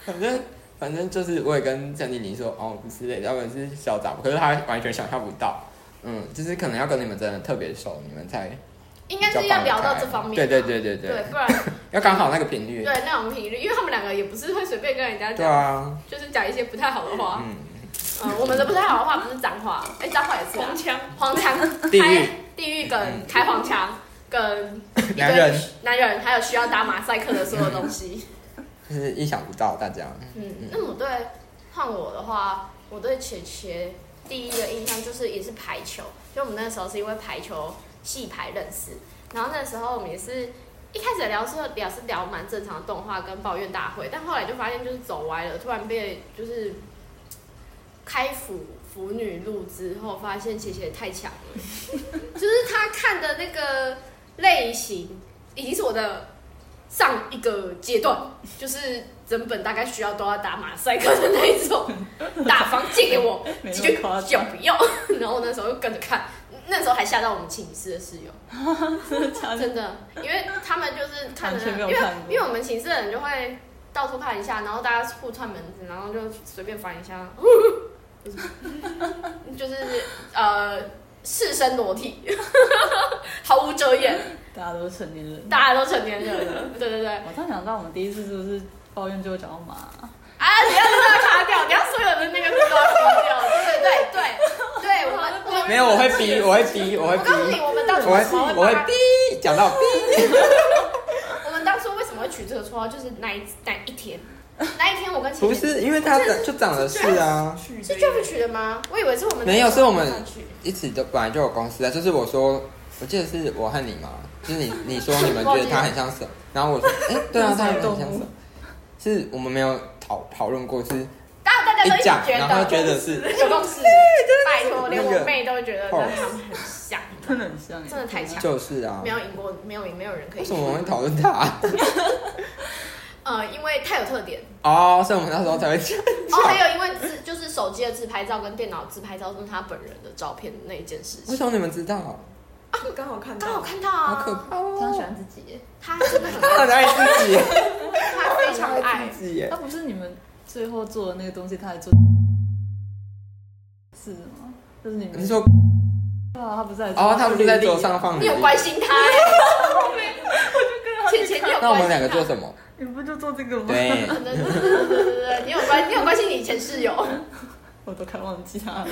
Speaker 2: 反正反正就是我也跟陈丽宁说，哦，不是的，要不然是校长，可是他完全想象不到，嗯，就是可能要跟你们真的特别熟，你们才
Speaker 1: 应该是要聊到这方面，
Speaker 2: 对对。对对对，
Speaker 1: 对，不然
Speaker 2: 要刚好那个频率，
Speaker 1: 对那种频率，因为他们两个也不是会随便跟人家
Speaker 2: 对
Speaker 1: 讲，
Speaker 2: 啊，
Speaker 1: 就是讲一些不太好的话。
Speaker 2: 嗯，
Speaker 1: 嗯，我们的不太好的话不是脏话，哎，脏话也是啊
Speaker 4: 黄腔，
Speaker 1: 黄腔，
Speaker 2: 地狱
Speaker 1: 开地狱
Speaker 2: 嗯
Speaker 1: 梗，开黄腔，跟一堆
Speaker 2: 男人
Speaker 1: 男人，还有需要打马赛克的所有东 西。
Speaker 2: 就是意想不到大家，
Speaker 1: 嗯，那我对换我的话，我对茄茄第一个印象就是也是排球，就我们那时候是因为排球戏排认识，然后那时候我们也是一开始聊是聊是聊蛮正常的动画跟抱怨大会，但后来就发现就是走歪了，突然被就是开腐腐女路之后，发现茄茄太强了，就是他看的那个类型已经是我的上一个阶段，就是整本大概需要都要打马赛克的那一种，大方借给我
Speaker 3: 没
Speaker 1: 几
Speaker 3: 那
Speaker 1: 句
Speaker 3: 么夸
Speaker 1: 就
Speaker 3: 张，
Speaker 1: 不要， 然后那时候就跟着看，那时候还吓到我们寝室的室友。
Speaker 3: 真的假的？
Speaker 1: 真的，因为他们 就是看
Speaker 3: 啊完全
Speaker 1: 着，因
Speaker 3: 没
Speaker 1: 为
Speaker 3: 有看过
Speaker 1: 因为我们寝室的人就会到处看一下，然后大家互串门子，然后就随便翻一下， 就是呃赤身裸体， 毫无遮掩，
Speaker 3: 大家都是成年人。
Speaker 1: 大家都成年人了，对对对。
Speaker 3: 我突然想到，我们第一次是不是抱怨就会讲到麻？
Speaker 1: 啊，你要把它卡掉，你要所有的那个都要卡掉，对对对对对，我们我们
Speaker 2: 没有，我会逼，我会逼，我会
Speaker 1: 我
Speaker 2: 逼
Speaker 1: 告诉，你，我们当初
Speaker 2: 我
Speaker 1: 为什么
Speaker 2: 会我会
Speaker 1: 把
Speaker 2: 逼，讲到逼，
Speaker 1: 我们当初为什么会取这个绰号，就是那一那一天，那一天我跟晴
Speaker 2: 不
Speaker 1: 晴
Speaker 2: 是因为他长就长得是啊，
Speaker 4: 去
Speaker 1: 是
Speaker 4: 这
Speaker 1: Jeff 取的吗？我以为是我们
Speaker 2: 没有是我们
Speaker 1: 取
Speaker 2: 一起都本来就有公司啊，就是我说，我记得是我和你嘛，就 是你你说你们觉得他很像什么，然后我说，哎，对啊，他很像什么，是我们没有讨讨论过，是
Speaker 1: 大家大家都
Speaker 2: 一
Speaker 1: 一
Speaker 2: 讲
Speaker 1: 起
Speaker 2: 然后
Speaker 1: 觉
Speaker 2: 觉得是
Speaker 1: 得有共识，拜托，连
Speaker 2: 那
Speaker 1: 我
Speaker 2: 个
Speaker 1: 妹都觉得跟他们很像，
Speaker 3: 真的很像耶，欸
Speaker 1: 真的太强
Speaker 2: 就是啊
Speaker 1: 没，有赢过，没有赢，没有人可以
Speaker 2: 为
Speaker 1: 赢
Speaker 2: 什么我们会讨论他？
Speaker 1: 呃，因为太有特点，
Speaker 2: 哦，所以我们那时候才会讲。
Speaker 1: 哦，还有因为自就是手机的自拍照跟电脑自拍照跟他本人的照片那一件事情，
Speaker 2: 为什么你们知道？
Speaker 4: 就刚好看
Speaker 1: 刚好
Speaker 4: 到，
Speaker 1: 看到
Speaker 2: 好
Speaker 1: 啊，
Speaker 2: 可怕
Speaker 3: 他喜
Speaker 2: 哦！
Speaker 3: 欢自己耶，
Speaker 1: 他真的很
Speaker 2: 他
Speaker 1: 爱，
Speaker 2: 很爱自己，
Speaker 1: 他非常 爱，
Speaker 2: 自己耶
Speaker 3: 他。不是你们最后做的那个东西，他还做是吗？就是你们
Speaker 2: 你说
Speaker 3: 对啊，他不是在
Speaker 2: 哦，他不是在桌上放
Speaker 1: 你
Speaker 2: 履历
Speaker 1: 有关心他，浅浅，你有关心他，啊
Speaker 2: 那我们两个做什么？
Speaker 3: 你不就做这个吗？
Speaker 2: 对，
Speaker 1: 对对对对对对，你有关你有关心你前室友，
Speaker 3: 我都快忘记他了。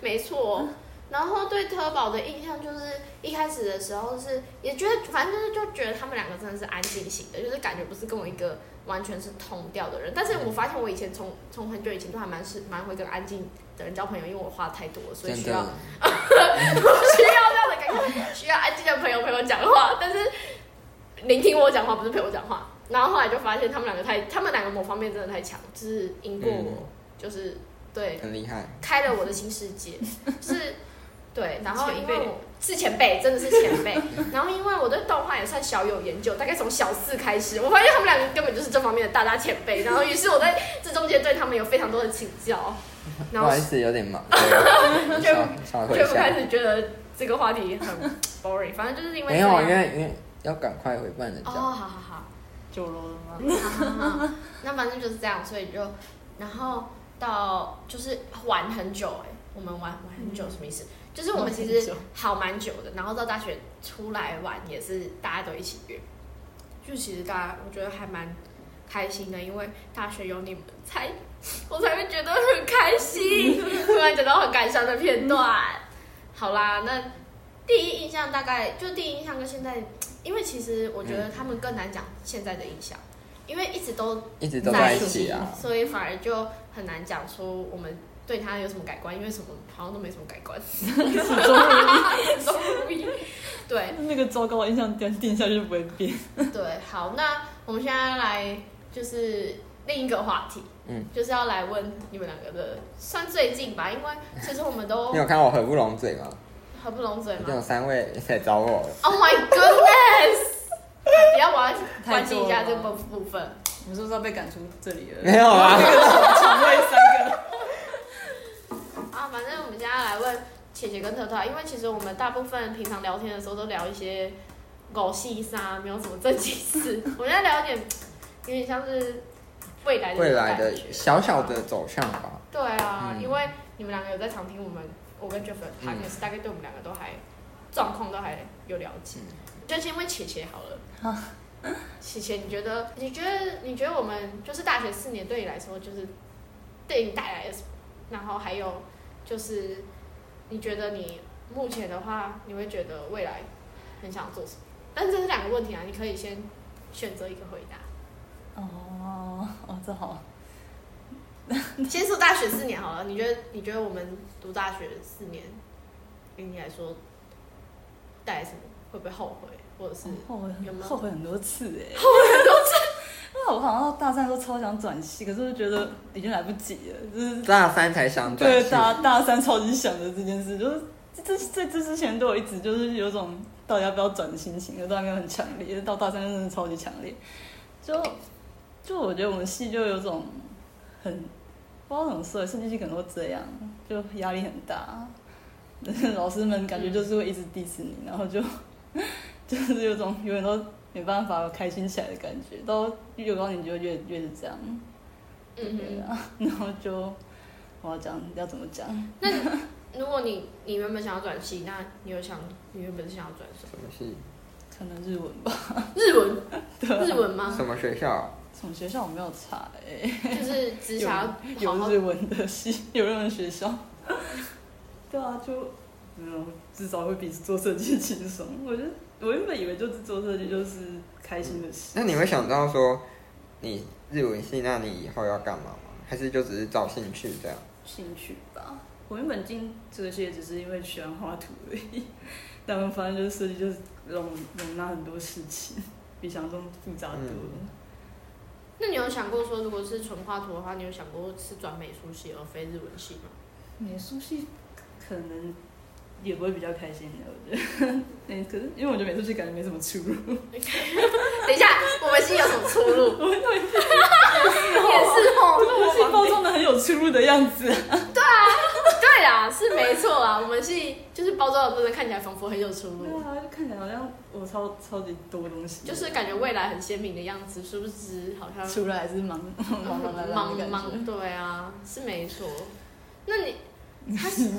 Speaker 1: 没错。然后对特宝的印象就是一开始的时候是也觉得，反正就是就觉得他们两个真的是安静型的，就是感觉不是跟我一个完全是同调的人。但是我发现我以前从从很久以前都还蛮是蛮会跟安静的人交朋友，因为我话太多了，所以
Speaker 2: 真
Speaker 1: 需要
Speaker 2: 的。
Speaker 1: 需要这样的感觉，需要安静的朋友陪我讲话，但是聆听我讲话，不是陪我讲话。然后后来就发现他们两个太，他们两个某方面真的太强，就是赢过我，
Speaker 2: 嗯
Speaker 1: 就是对
Speaker 2: 很厉害，
Speaker 1: 开了我的新世 界，就是对。然后因为
Speaker 4: 前辈
Speaker 1: 我是前辈，真的是前辈。然后因为我对动画也算小有研究，大概从小四开始，我发现他们两个根本就是这方面的大大前辈。然后于是我在这中间对他们有非常多的请 教，
Speaker 2: 不
Speaker 1: 然后
Speaker 2: 好意思，有点忙，对
Speaker 1: 就
Speaker 2: 稍稍微回
Speaker 1: 就
Speaker 2: 一
Speaker 1: 不开
Speaker 2: 下。
Speaker 1: 始觉得这个话题 很 boring，反正就是因为
Speaker 2: 没
Speaker 1: 这
Speaker 2: 有，
Speaker 1: 样
Speaker 2: 因为因为要赶快回办人
Speaker 1: 哦，
Speaker 2: 家。
Speaker 1: 好好 好，
Speaker 3: 酒楼的吗？
Speaker 1: 好好好，那反正就是这样，所以就然后到就是玩很久哎、我们玩玩很久什么意思？就是我们其 实好蛮久的，然后到大学出来玩也是大家都一起约，就其实大家我觉得还蛮开心的，因为大学有你们才， 我才会觉得很开心。突然讲到很感伤的片段，好啦，那第一印象大概就第一印象跟现在，因为其实我觉得他们更难讲现在的印象，因为一直都
Speaker 2: 一直都在一起啊。
Speaker 1: 所以反而就很难讲出我们对他有什么改观，因为什么好像都没什么改观，
Speaker 3: 始终如
Speaker 1: 都无意。对
Speaker 3: 一，那个糟糕的印象定定下去就不会变。
Speaker 1: 对，好，那我们现在来就是另一个话题，
Speaker 2: 嗯，
Speaker 1: 就是要来问你们两个的，算最近吧，因为其实我们都
Speaker 2: 你有看我合不拢嘴吗？
Speaker 1: 合不拢嘴
Speaker 2: 已
Speaker 1: 嘛
Speaker 2: 经。有三位来找我了。
Speaker 1: Oh my goodness！不要玩关心一下这部部分。
Speaker 3: 你们是不是要被赶出这里了？
Speaker 2: 没有啊
Speaker 3: 这个是我常为三个。
Speaker 1: 啊，反正我们现在来问姐姐跟特啊特，因为其实我们大部分平常聊天的时候都聊一些狗戏杀，没有什么正经 事。我们现在聊一点，有点像是未来的
Speaker 2: 未来的
Speaker 1: 感觉
Speaker 2: 小小的走向吧，
Speaker 1: 对啊，
Speaker 2: 嗯
Speaker 1: 因为你们两个有在常听我们，我跟 Jeff 的 p o d 大概对我们两个都还状况都还有了解。就先问琪琪好了。 琪琪，你觉得？你觉得？你觉得我们就是大学四年对你来说，就是对你带来了什么？然后还有就是，你觉得你目前的话，你会觉得未来很想做什么？但这是两个问题啊，你可以先选择一个回答。
Speaker 3: 哦哦，这好。
Speaker 1: 先说大学四年好了，你觉得？你觉得我们读大学四年，对你来说带来什么？会不会后悔，或者是
Speaker 3: 后悔
Speaker 1: 有
Speaker 3: 很
Speaker 1: 吗
Speaker 3: 后悔很多次哎、后 悔很多次。那我好像到大三的时候超想转系，可是就觉得已经来不及了，就是
Speaker 2: 大三才想转
Speaker 3: 对
Speaker 2: 系
Speaker 3: 大大三超级想的这件事，就是这这在这之前都有一直就是有种到底要不要转的心情，可是都还没有很强烈，到大三真的超级强烈。就就我觉得我们系就有种很不知道怎么说，设计系可能会这样，就压力很大。 老师们感觉就是会一直 diss 你，然后就 就是有种永远都没办法开心起来的感觉，到越高年级就越越是这样。
Speaker 1: 嗯
Speaker 3: 对
Speaker 1: 哼，
Speaker 3: 啊，然后就我要讲要怎么讲？
Speaker 1: 如果你你原本想要转系，那你有想你原本是想要转什么？
Speaker 2: 什么系？
Speaker 3: 可能日文吧。
Speaker 1: 日 文，
Speaker 3: 对啊
Speaker 1: 日文吗？
Speaker 2: 什么学校？
Speaker 3: 从学校我没有查哎、
Speaker 1: 就是只想要好
Speaker 3: 有
Speaker 1: 好
Speaker 3: 日文的系， 有日文学校。对啊，就没有，至少会比做设计轻松。 我就我原本以为就是做设计就是开心的事。
Speaker 1: 嗯
Speaker 2: 那你会想到说，你日文系，那你以后要干嘛吗？还是就只是找兴趣这样？
Speaker 3: 兴趣吧。我原本进这个系也只是因为喜欢画图而已， 但我发现就是设计就是容容纳很多事情，比想象中复杂
Speaker 1: 嗯
Speaker 3: 多了。
Speaker 1: 那你有想过说，如果是纯画图的话，你有想过是转美术系而非日文系吗？
Speaker 3: 美术系可能也不会比较开心的，我觉得。 嗯，可是因为我觉得美术系感觉没什么出 路。
Speaker 1: 等一下，我们系有什么出路？
Speaker 3: 我们也是，
Speaker 1: 也是
Speaker 3: 可是
Speaker 1: 哦，
Speaker 3: 我们系包装的很有出路的样子。
Speaker 1: 对啦，是没错啦，我们系就是包装的部分看起来仿佛很有出
Speaker 3: 对
Speaker 1: 路，
Speaker 3: 啊，就看起来好像我超超级多东西，
Speaker 1: 就是感觉未来很鲜明的样子，殊不知好像
Speaker 3: 出来还是忙 忙忙忙忙的
Speaker 1: 茫
Speaker 3: 感觉
Speaker 1: 茫，。对啊，是没错。那 你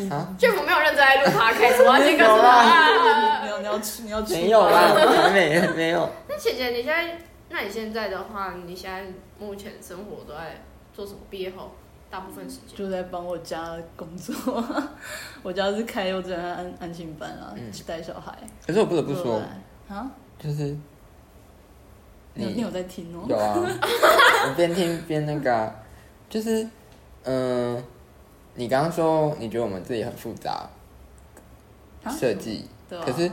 Speaker 2: 啊？
Speaker 1: 卷福没有认真在录 podcast，我要先告诉
Speaker 3: 你
Speaker 1: 他。
Speaker 3: 要你要去你要去
Speaker 2: 没有啦，还没没有。
Speaker 1: 那姐姐，你现在，那你现在的话，你现在目前生活都在做什么？毕业后大部分时间，
Speaker 3: 就在帮我家工作。 我家是开幼稚园安安心班啊，
Speaker 2: 嗯
Speaker 3: 去带小孩。
Speaker 2: 可是我不得不说，
Speaker 3: 啊，
Speaker 2: 就是
Speaker 3: 你有你有在听哦？
Speaker 2: 有 啊，我边听边那个啊、就是嗯、呃你刚刚说你觉得我们自己很复杂
Speaker 3: 啊
Speaker 2: 设计，
Speaker 3: 对啊
Speaker 2: 可是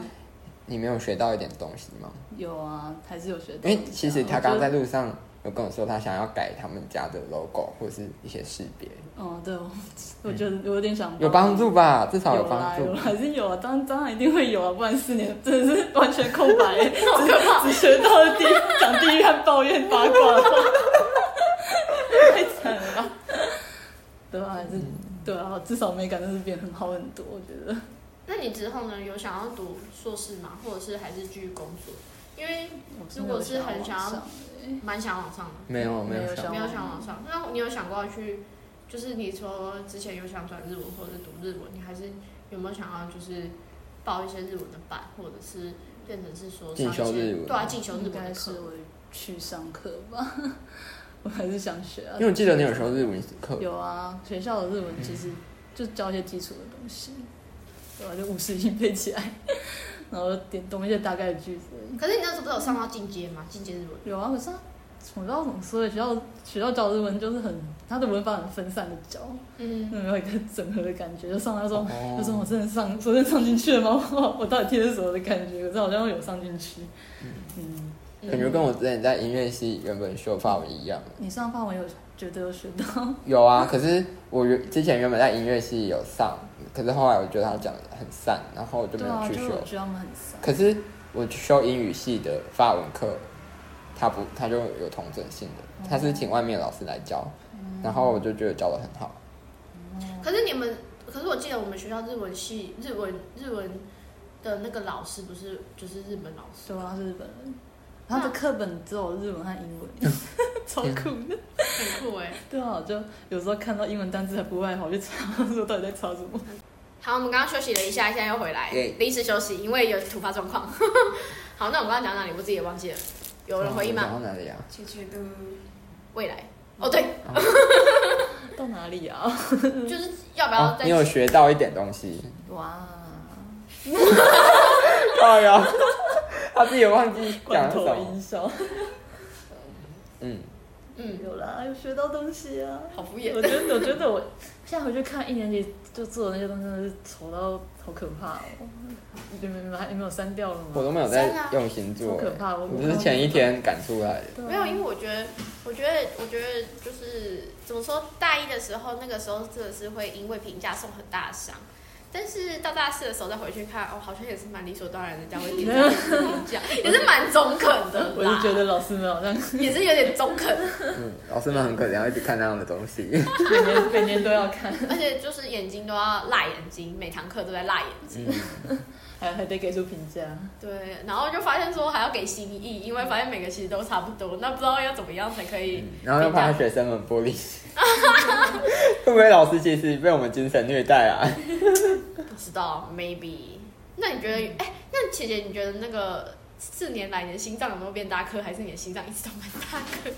Speaker 2: 你没有学到一点东西吗？
Speaker 3: 有啊，还是有学到。
Speaker 2: 因为哎其实他
Speaker 3: 我觉得
Speaker 2: 刚刚在路上有跟我说，他想要改他们家的 logo 或是一些识别，
Speaker 3: 哦，对，我我觉得我有点想
Speaker 2: 嗯有帮助吧？至少
Speaker 3: 有
Speaker 2: 帮
Speaker 3: 啦，有
Speaker 2: 助
Speaker 3: 啦。还是有啊，当当然一定会有啊，不然四年真的是完全空白，
Speaker 1: 好可怕！
Speaker 3: 只学到了地讲地狱和抱怨 八卦，太惨了吧？对啊，还是
Speaker 2: 嗯
Speaker 3: 对啊，至少美感真是变很好很多，我觉得。
Speaker 1: 那你之后呢？有想要读硕士吗？或者是还是继续工作？因为
Speaker 3: 我
Speaker 1: 如果是很想要
Speaker 3: 想要往上欸
Speaker 1: 蛮想往上的，
Speaker 2: 没有没
Speaker 3: 没有
Speaker 2: 有想
Speaker 3: 想
Speaker 1: 没有想往上。那你有想过要去？就是你说之前有想转日文或者读日文，你还是有没有想要就是报一些日文的班，或者是变成是说上一些
Speaker 2: 进修日文
Speaker 1: 对啊，进修日
Speaker 3: 应
Speaker 1: 文的
Speaker 3: 该是
Speaker 1: 课。
Speaker 3: 我去上课吧， 我还是想学啊
Speaker 2: 因。为我记得你有时候日文课，
Speaker 3: 有啊，学校的日文其实就教一些基础的东西，对吧、啊就五十音背起来， 然后点懂一些大概的句子而已。
Speaker 1: 可是你那时候不是有上到进阶吗？进阶日文。
Speaker 3: 有啊，可是他我不知道怎么说，学校学校教的日文就是很，他的文法很分散的教，
Speaker 1: 嗯，
Speaker 3: 没有一个整合的感觉。就上那种，
Speaker 2: 哦
Speaker 3: 就说我真的上，昨天上进去了吗？我我到底听的是什么的感觉？可是好像有上进去。嗯，
Speaker 2: 感觉跟我之前在音乐系原本修法文一样。
Speaker 3: 你上法文有觉得有学到？
Speaker 2: 有啊，可是我原之前原本在音乐系有上，可是后来我觉得他讲的很散，然后我就没
Speaker 3: 对
Speaker 2: 有
Speaker 3: 啊，
Speaker 2: 去
Speaker 3: 就是
Speaker 2: 修。
Speaker 3: 我觉得他们很散。
Speaker 2: 可是我去修英语系的法文课，他不他就有同整性
Speaker 3: 哦
Speaker 2: 的，他是请外面的老师来教，然后我就觉得教的很好。
Speaker 1: 可是你们，可是我记得我们学校日文系日文日文的那个老师不是就是日本老师，
Speaker 3: 对啊，他是日本人，他的课本只有日文和英文， 超酷的。
Speaker 1: 很酷哎、
Speaker 3: 对啊，我就有时候看到英文单词还不会，我就查说到底在查什么。
Speaker 1: 好，我们刚刚休息了一下，现在又回来
Speaker 2: 耶，
Speaker 1: 临时休息，因为有突发状况。 好，那我们刚刚讲哪里，我自己也忘记了，
Speaker 3: 嗯
Speaker 1: 有人回忆
Speaker 2: 然
Speaker 1: 吗？
Speaker 2: 后哪里啊？
Speaker 4: 姐姐的
Speaker 1: 未来。哦，对，
Speaker 3: 到哪里啊？
Speaker 1: 就是要不要
Speaker 2: 哦，
Speaker 1: 再
Speaker 2: 你有学到一点东 西。
Speaker 3: 哇，
Speaker 2: 哎呀， 他自己也忘记讲
Speaker 3: 罐
Speaker 2: 了什
Speaker 3: 头
Speaker 2: 么
Speaker 3: 音。效，
Speaker 2: 嗯，
Speaker 1: 嗯，
Speaker 3: 有啦，有学到东西啊。
Speaker 1: 好敷
Speaker 3: 我
Speaker 1: 衍。
Speaker 3: 觉得，我觉得我现在回去看一年级就做的那些东西，真的是丑到好可怕哦。你们你们还你们有删掉了吗？
Speaker 2: 我都没有在
Speaker 1: 删啊
Speaker 2: 用心做、
Speaker 3: 好可怕我
Speaker 2: 我只是前一天赶出来的。
Speaker 3: 对啊
Speaker 1: 没有，因为我觉得，我觉得，我觉得就是怎么说，大一的时候，那个时候真的是会因为评价受很大的伤。但是到大四的时候再回去看，哦，好像也是蛮理所当然的，这样 会听到自己讲，也是蛮中肯的
Speaker 3: 我
Speaker 1: 啦
Speaker 3: 就，觉得老师们好像
Speaker 1: 也是有点中肯，
Speaker 2: 嗯，老师们很可怜，一直看那样的东西。
Speaker 3: 每年 每年都要看，
Speaker 1: 而且就是眼睛都要辣眼睛，每堂课都在辣眼睛。
Speaker 2: 嗯，
Speaker 3: 还还得给出评价。
Speaker 1: 对，然后就发现说还要给心意，因为发现每个其实都差不多，那不知道要怎么样才可以
Speaker 2: 嗯然后又怕学生们玻璃心，会不会老师其实被我们精神虐待啊？
Speaker 1: 不知道，maybe。那你觉得，哎、那姐姐，你觉得那个四年来你的心脏有没有变大颗，还是你的心脏一直都蛮大颗？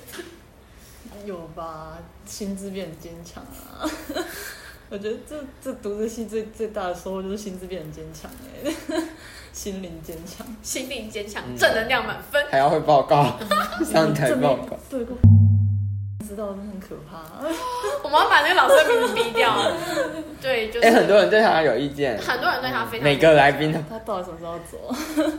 Speaker 3: 有吧，心智变得坚强啊！ 我觉得这这读这戏最最大的收获就是心智变得坚强哎， 心灵坚强。
Speaker 1: 心灵坚强，
Speaker 2: 嗯
Speaker 1: 正能量满分。
Speaker 2: 还要会报告，上台报告。
Speaker 3: 对个知道真的很可怕。
Speaker 1: 我们要把那个老师的名字逼 掉。对，
Speaker 3: 嗯
Speaker 1: 就是、
Speaker 2: 哎、很多人对他有意见，
Speaker 1: 很多人对他非常
Speaker 2: 每个来宾都
Speaker 3: 他到底什么时候走？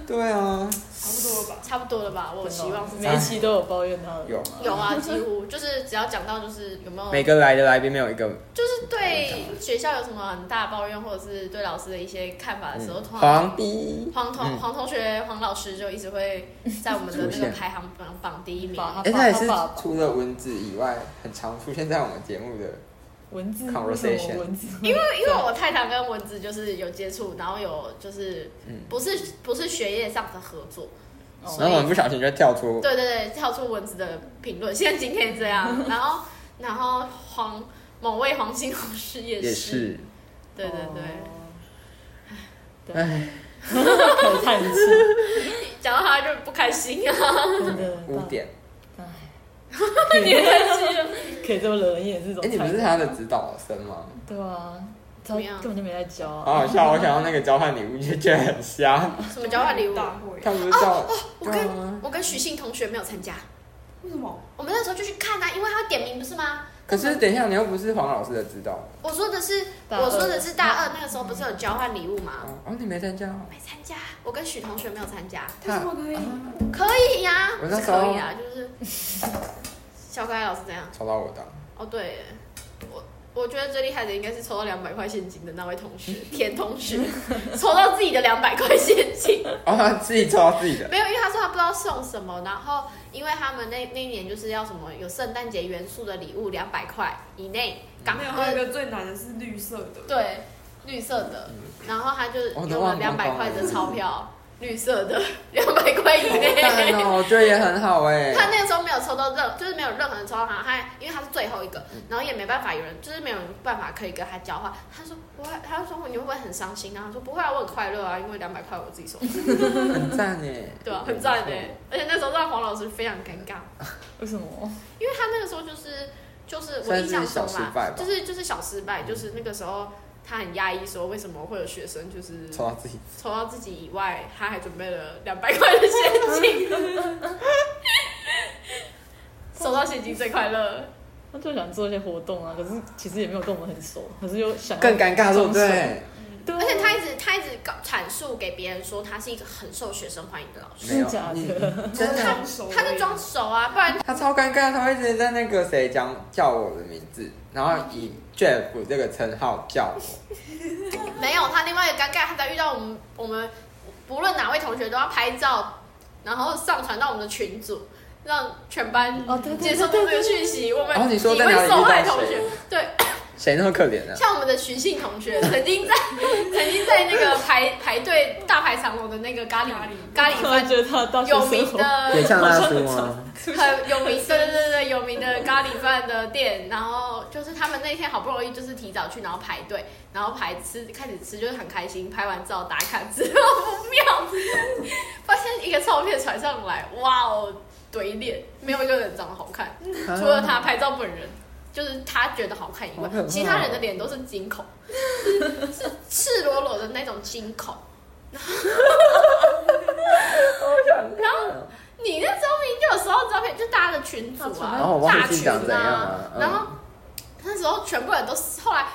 Speaker 2: 对啊，
Speaker 4: 差不多了吧？
Speaker 1: 差不多了吧？
Speaker 2: 哦
Speaker 1: 我希望是这
Speaker 3: 每
Speaker 1: 样。
Speaker 3: 一期都有抱怨他的。
Speaker 2: 有
Speaker 1: 有啊，几乎就是只要讲到就是有没有
Speaker 2: 每个来的来宾没有一个
Speaker 3: 啊
Speaker 1: 就是对学校有什么很大的抱怨，或者是对老师的一些看法的时候，
Speaker 2: 嗯
Speaker 3: 啊
Speaker 1: 通常
Speaker 2: 黄逼。
Speaker 1: 黄同
Speaker 2: 嗯
Speaker 1: 黄同学、黄老师就一直会在我们的那
Speaker 2: 出
Speaker 1: 个
Speaker 2: 现
Speaker 1: 排行榜榜第一名。
Speaker 3: 把他
Speaker 2: 哎、他也
Speaker 3: 把
Speaker 2: 是
Speaker 3: 他爸爸
Speaker 2: 除了文字以外，很常出现在我们节目的。
Speaker 3: 文字
Speaker 2: Conversation
Speaker 3: 为什么文字，
Speaker 1: 因为因为我太太跟文字就是有接触，然后有就是
Speaker 2: 嗯
Speaker 1: 不是不是学业上的合作，
Speaker 3: 哦
Speaker 2: 然后我们不小心就跳出，
Speaker 1: 对对对，跳出文字的评论，现在今天也这 样，然后然后黄某位黄姓老师也是，
Speaker 2: 也是，
Speaker 1: 对对对。
Speaker 3: 哦对
Speaker 2: 哎，
Speaker 3: 可叹气，
Speaker 1: 讲到他就不开心 啊，
Speaker 3: 真 的
Speaker 2: 污点。
Speaker 3: 哎，
Speaker 1: 你也开心
Speaker 3: 啊
Speaker 1: 了，
Speaker 3: 可以这么惹人眼是种
Speaker 2: 哎、
Speaker 3: 菜。
Speaker 2: 你不是他的指导生吗？
Speaker 3: 对啊，
Speaker 1: 怎
Speaker 3: 他
Speaker 1: 么样
Speaker 3: 根本就没在教啊。
Speaker 2: 好好笑，我想到那个交换礼物就觉得很瞎。
Speaker 3: 哦
Speaker 1: 什么交换礼物？
Speaker 4: 大会？
Speaker 2: 他不是叫、
Speaker 1: 我
Speaker 2: 对
Speaker 1: 跟
Speaker 2: 啊，
Speaker 1: 我跟许信同学没有参加，
Speaker 4: 为什么？
Speaker 1: 我们那时候就去看啊，因为他点名不是吗？
Speaker 2: 可是等一下，你又不是黄老师的指导。
Speaker 1: 我说的是
Speaker 3: 大二
Speaker 1: 我说的是大二那个时候不是有交换礼物吗？
Speaker 2: 哦，哦你没参加哦。
Speaker 1: 没参加，我跟许同学没有参加，
Speaker 4: 为什
Speaker 2: 他
Speaker 4: 么可以？
Speaker 1: 可以呀、
Speaker 2: 我
Speaker 1: 是
Speaker 2: 那时候
Speaker 1: 可以啊，就是 小可爱老师怎样？
Speaker 2: 吵到我的，
Speaker 1: 哦，对耶，我我觉得最厉害的应该是抽到两百块现金的那位同 学，田同学，抽到自己的两百块现金，
Speaker 2: 哦，他自己抽到自己 的。
Speaker 1: 没有，因为他说他不知道送什么，然后因为他们那那一年就是要什么有圣诞节元素的礼物，两百块以内，港
Speaker 4: 没有，还有
Speaker 1: 呃
Speaker 4: 一个最难的是绿色的。
Speaker 1: 对绿色的，然后他就
Speaker 2: 我都
Speaker 1: 用了
Speaker 2: 嗯哦忘光
Speaker 1: 两百
Speaker 2: 光
Speaker 1: 块的
Speaker 2: 了
Speaker 1: 钞票，绿色的两百块以内
Speaker 2: 赞。哦，我觉得也很好 哎、
Speaker 1: 他那个时候没有抽到任，就是没有任何人抽到他，他因为他是最后一个，
Speaker 2: 嗯
Speaker 1: 然后也没办法有人，就是没有办法可以跟他交换。他说不会，他就说你会不会很伤心啊？他说不会啊，我很快乐啊，因为两百块我自己 收，
Speaker 2: 很赞哎。
Speaker 1: 对啊，很赞的。而且那时候让黄老师非常尴尬，
Speaker 3: 为什么？
Speaker 1: 因为他那个时候就是就是我印象中
Speaker 2: 算是小失败
Speaker 1: 啦
Speaker 2: 吧，嗯
Speaker 1: 就是就是小失败，就是那个时候他很压抑，说为什么会有学生就是
Speaker 2: 抽到自己，
Speaker 1: 抽到自己以外，他还准备了两百块的现金， 收到现金最快乐。
Speaker 3: 他就想做一些活动啊，可是其实也没有跟我们很熟，可是又想要
Speaker 2: 更尴尬，对不
Speaker 3: 装熟？
Speaker 2: 对？
Speaker 3: 对啊，
Speaker 1: 而且他一直他一直搞阐述给别人说他是一个很受学生欢迎的老师，
Speaker 2: 没有
Speaker 3: 真假的
Speaker 2: 你
Speaker 1: 嗯
Speaker 2: 真的，
Speaker 4: 装
Speaker 3: 哦
Speaker 4: 熟而已
Speaker 1: 他在装熟啊，不然
Speaker 2: 他超尴尬，他会一直在那个谁讲叫我的名字，然后
Speaker 1: 嗯
Speaker 2: 以 Jeff 这个称号叫我，
Speaker 1: 没有他另外一个尴尬，他在遇到我们我们不论哪位同学都要拍照，然后上传到我们的群组。让全班
Speaker 3: 哦对对对
Speaker 1: 接收到这个讯息，我们
Speaker 2: 哦你说
Speaker 1: 几位
Speaker 2: 在哪里遇到
Speaker 1: 受害同学
Speaker 2: 谁，
Speaker 1: 对，
Speaker 2: 谁那么可怜呢、啊
Speaker 1: 像我们的徐信同学，曾经在 曾经在那个排排队大排长龙的那个咖喱咖喱
Speaker 3: 突然
Speaker 1: 饭
Speaker 3: 觉得他的大学
Speaker 1: 有
Speaker 3: 生
Speaker 1: 名
Speaker 3: 活
Speaker 1: 的
Speaker 2: 也像大叔吗？
Speaker 1: 很有名，对对对对，有名的咖喱饭的店，然后就是他们那天好不容易就是提早去，然后排队，然后排吃开始吃就是很开心，拍完照打卡之后不妙， 发现一个照片传上来，哇哦，怼脸， 没有一个人长得好看，
Speaker 2: 嗯啊
Speaker 1: 除了他拍照本人。就是他觉得好看以外
Speaker 2: 好可怕，哦
Speaker 1: 其他人的脸都是惊恐， 是是赤裸裸的那种惊恐。然后你那时候明明就有收到照片，就大家的群组
Speaker 2: 然后我
Speaker 1: 啊，
Speaker 2: 忘
Speaker 1: 大
Speaker 2: 记
Speaker 1: 群
Speaker 2: 长怎样
Speaker 1: 啊
Speaker 2: 了，嗯
Speaker 1: 然后那时候全部人都是后来。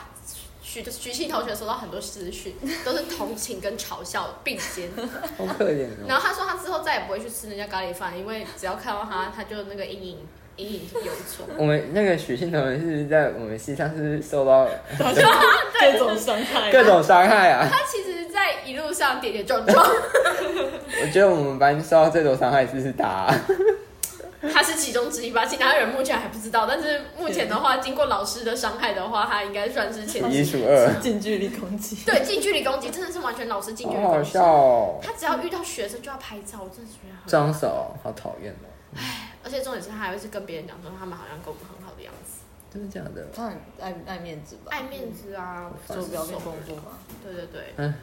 Speaker 1: 许许信同学收到很多私讯，都是同情跟嘲笑并 肩。
Speaker 2: 好可怜哦。
Speaker 1: 然后他说他之后再也不会去吃那家咖喱饭，因为只要看到他，他就那个阴影隐隐有 错。
Speaker 2: 我们那个许信同学是在我们系上是受到
Speaker 3: 各种伤 害，
Speaker 2: 各种伤害啊。
Speaker 1: 他其实，在一路上跌跌撞撞，
Speaker 2: 我觉得我们班受到最多伤害就是他、
Speaker 1: 他是其中之一吧。其他人目前还不知道，但是目前的话，经过老师的伤害的话，他应该算是前
Speaker 2: 数
Speaker 1: 几。
Speaker 2: 一数二，
Speaker 3: 近距离攻击。
Speaker 1: 对，近距离攻击真的是完全老师近距离
Speaker 2: 好好
Speaker 1: 攻击。
Speaker 2: 笑哦，
Speaker 1: 他只要遇到学生就要拍照，我真的觉得很。
Speaker 2: 装手，好讨厌哦，
Speaker 1: 而且重点是，他还会是跟别人讲说他们好像跟我们很好的样子，
Speaker 2: 真的假的？
Speaker 3: 他很爱爱面子吧
Speaker 1: 爱面，子啊，
Speaker 3: 做表面工作嘛。
Speaker 1: 对对对。
Speaker 2: 嗯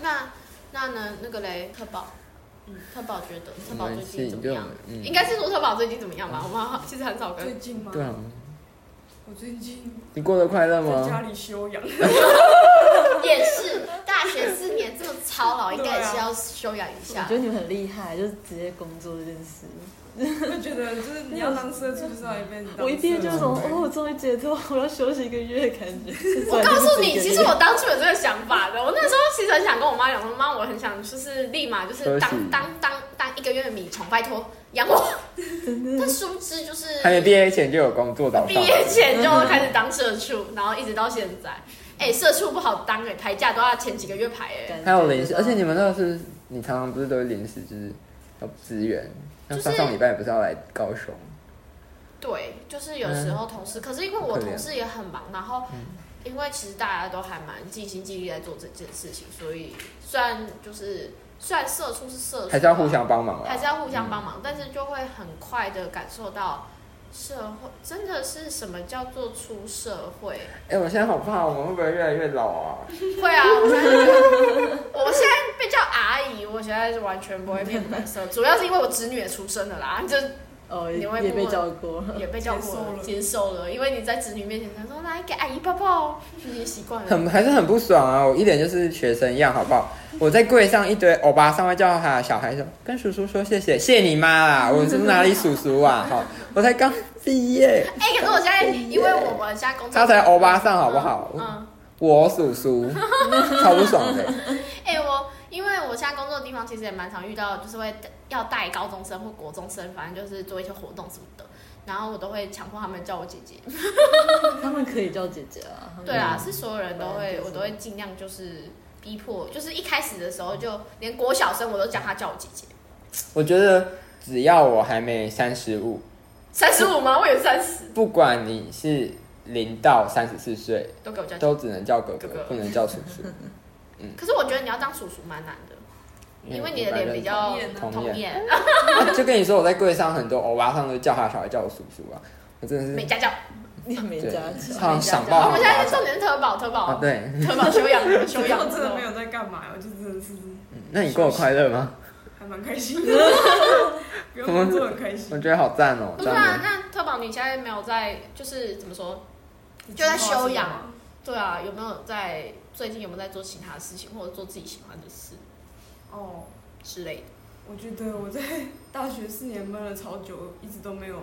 Speaker 1: 那那呢？那个嘞，特宝，嗯，特宝觉得特
Speaker 2: 我
Speaker 1: 宝
Speaker 2: 们
Speaker 1: 最
Speaker 2: 是
Speaker 1: 近
Speaker 2: 一
Speaker 1: 怎么
Speaker 2: 个
Speaker 1: 样？，
Speaker 2: 嗯，
Speaker 1: 应该是说特宝最近怎么样吧？我们好其实很少 跟
Speaker 4: 最近吗？
Speaker 2: 对啊。
Speaker 4: 我最近
Speaker 2: 你过得快乐
Speaker 4: 在家
Speaker 2: 吗？
Speaker 4: 里休养，
Speaker 1: 也是大学四年这么操劳，应该也是要休养一
Speaker 3: 我
Speaker 1: 下
Speaker 3: 觉。得你们很厉害，就是直接工作这件事。
Speaker 4: 就觉得就是你要当社畜，就是要一辈子当社畜。
Speaker 3: 我一毕业就有种
Speaker 2: 嗯
Speaker 3: 哦，我终于解脱，我要休息一个月，感觉。
Speaker 1: 我告诉你，其实我当初有这个想法的。我那时候其实很想跟我妈讲说，妈，我很想就是立马就是当
Speaker 2: 休息
Speaker 1: 当当当一个月的米虫，拜托养我。
Speaker 3: 真的
Speaker 1: 但殊不知就是
Speaker 2: 还没毕业前就有工作找
Speaker 1: 毕
Speaker 2: 上了，
Speaker 1: 业前就开始当社畜，然后一直到现在。哎、社畜不好当哎、排假都要前几个月排哎、
Speaker 3: 感觉
Speaker 2: 还有临时，而且你们那个是，你常常不是都会临时就是要支援，像
Speaker 1: 就是
Speaker 2: 上上礼拜不是要来高雄，
Speaker 1: 对，就是有时候同事，
Speaker 2: 嗯
Speaker 1: 可是因为我同事也很忙，然后因为其实大家都还蛮尽心尽力在做这件事情，所以虽然就是虽然社畜是社畜，啊
Speaker 2: 还是要互相帮忙
Speaker 1: 还是
Speaker 2: 啊？
Speaker 1: 要互相帮忙，但是就会很快的感受到社会真的是什么叫做出社 会。
Speaker 2: 哎，我现在好怕，我们会不会越来越老啊？
Speaker 1: 会啊，我现在就我现在被叫阿姨，我现在是完全不会面白 色，主要是因为我侄女也出生了啦，就
Speaker 3: 哦也
Speaker 1: 你会
Speaker 3: 也
Speaker 1: 不
Speaker 3: 被
Speaker 1: 会
Speaker 3: 教过，
Speaker 1: 也被叫过了，接受了，因为你在侄女面前，她说来给阿姨抱抱， 你也习惯了。
Speaker 2: 很还是很不爽啊！我一脸就是学生样，好不好？我在柜上一堆欧巴上会叫他的小孩说，跟叔叔说谢谢，谢你妈啦！我是哪里叔叔啊？好，我才刚毕业，
Speaker 1: 哎、可是我现在因为我们现在工作，
Speaker 2: 他才欧巴上好不好？
Speaker 1: 嗯，
Speaker 2: 我叔叔，超不爽的。
Speaker 1: 哎、我因为我现在工作的地方其实也蛮常遇到，就是会要带高中生或国中生，反正就是做一些活动什么的，然后我都会强迫他们叫我姐姐。
Speaker 3: 他们可以叫姐姐啊。他们
Speaker 1: 对啊，是所有人都
Speaker 3: 对
Speaker 1: 会，
Speaker 3: 就是
Speaker 1: 我都会尽量就是逼迫，就是一开始的时候就连国小生我都叫他叫我姐姐。
Speaker 2: 我觉得只要我还没三十五，
Speaker 1: 三十五吗？我有三十，
Speaker 2: 不管你是零到三十四岁，
Speaker 1: 都给我叫姐
Speaker 2: 都只能叫哥哥，
Speaker 1: 哥哥
Speaker 2: 不能叫叔叔，
Speaker 1: 姐。可是我觉得你要当叔叔蛮难的，因为你的脸比较
Speaker 4: 同眼啊
Speaker 1: 童
Speaker 2: 同
Speaker 1: 颜，
Speaker 2: 啊就跟你说，我在柜上很多欧巴上都叫他小孩叫我叔叔啊，我真的
Speaker 1: 没
Speaker 2: 是
Speaker 1: 家教。
Speaker 3: 你没
Speaker 2: 对
Speaker 3: 加起，
Speaker 2: 好像想
Speaker 1: 我
Speaker 2: 爆
Speaker 1: 们现在重点是特保，特保，
Speaker 2: 啊，对，
Speaker 1: 特保修养，修
Speaker 4: 我
Speaker 1: 养
Speaker 4: 真的没。有在干嘛，我就真的是
Speaker 2: 嗯那你过得快乐吗？
Speaker 4: 还蛮开 心的，不用工作很开
Speaker 2: 我
Speaker 4: 心。
Speaker 2: 觉得好赞哦，
Speaker 1: 不是
Speaker 2: 赞
Speaker 1: 啊，
Speaker 2: 的。
Speaker 1: 那特保你现在没有在，就是怎么说？就在休养。对啊，有没有在最近有没有在做其他的事情，或者做自己喜欢的事
Speaker 4: 哦，
Speaker 1: 之类的？
Speaker 4: 我觉得我在大学四年闷了超久，一直都没有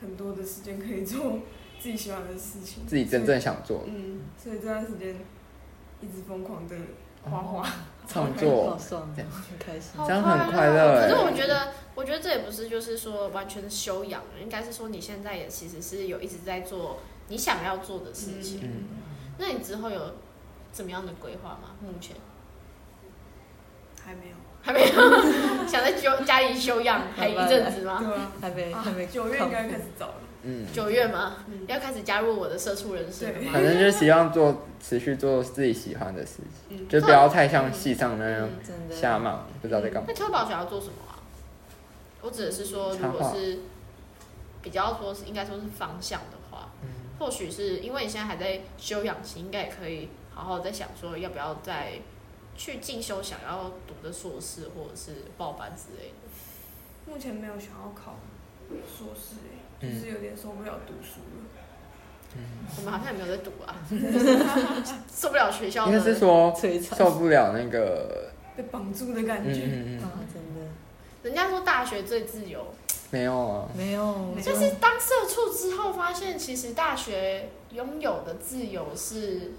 Speaker 4: 很多的时间可以做自己喜欢的事情。
Speaker 2: 自己真正想做
Speaker 4: 嗯，所以这段时间一直疯狂的画画。
Speaker 2: 创
Speaker 3: 好
Speaker 2: 作，
Speaker 3: 爽啊
Speaker 2: 对，
Speaker 3: 很开心。
Speaker 1: 好
Speaker 2: 这样很
Speaker 1: 快哦
Speaker 2: 快乐
Speaker 1: 可是
Speaker 2: 欸
Speaker 1: 我觉得，我觉得这也不是就是说完全的修养，应该是说你现在也其实是有一直在做你想要做的事情。
Speaker 2: 嗯，
Speaker 1: 那你之后有怎么样的规划吗？目前
Speaker 4: 还没有。
Speaker 1: 还没有 想在休家里休养还一阵子吗？
Speaker 4: 对啊，
Speaker 3: 还没还没
Speaker 4: 九月应该开始找了。
Speaker 2: 嗯，
Speaker 1: 九月吗？
Speaker 4: 嗯
Speaker 1: 要开始加入我的社畜人生了吗？
Speaker 2: 反正就希望做持续做自己喜欢的事情，
Speaker 4: 嗯，
Speaker 2: 就不要太像戏上那样
Speaker 1: 嗯，
Speaker 3: 真的
Speaker 2: 瞎忙，不知道在干嘛。
Speaker 1: 那特宝想要做什么啊？我指的是说，如
Speaker 2: 插
Speaker 1: 果
Speaker 2: 画
Speaker 1: 是比较说是应该说是方向的话，
Speaker 2: 嗯
Speaker 1: 或许是因为你现在还在休养期，应该也可以好好在想说要不要再去进修想要读的硕士或者是报班之类的。
Speaker 4: 目前没有想要考硕士、欸，
Speaker 2: 嗯
Speaker 4: 就是有点受不了读书了。
Speaker 1: 我们好像也没有在读啊， 受不了学校
Speaker 2: 应该是
Speaker 1: 的。
Speaker 2: 说
Speaker 3: 摧残
Speaker 2: 受不了那个，
Speaker 4: 被绑住的感
Speaker 2: 嗯
Speaker 4: 觉，
Speaker 2: 嗯嗯，
Speaker 3: 啊，真的
Speaker 1: 人家说大学最自由，
Speaker 2: 没有啊，
Speaker 3: 没有，
Speaker 4: 没有
Speaker 1: 就是当社畜之后，发现其实大学拥有的自由是，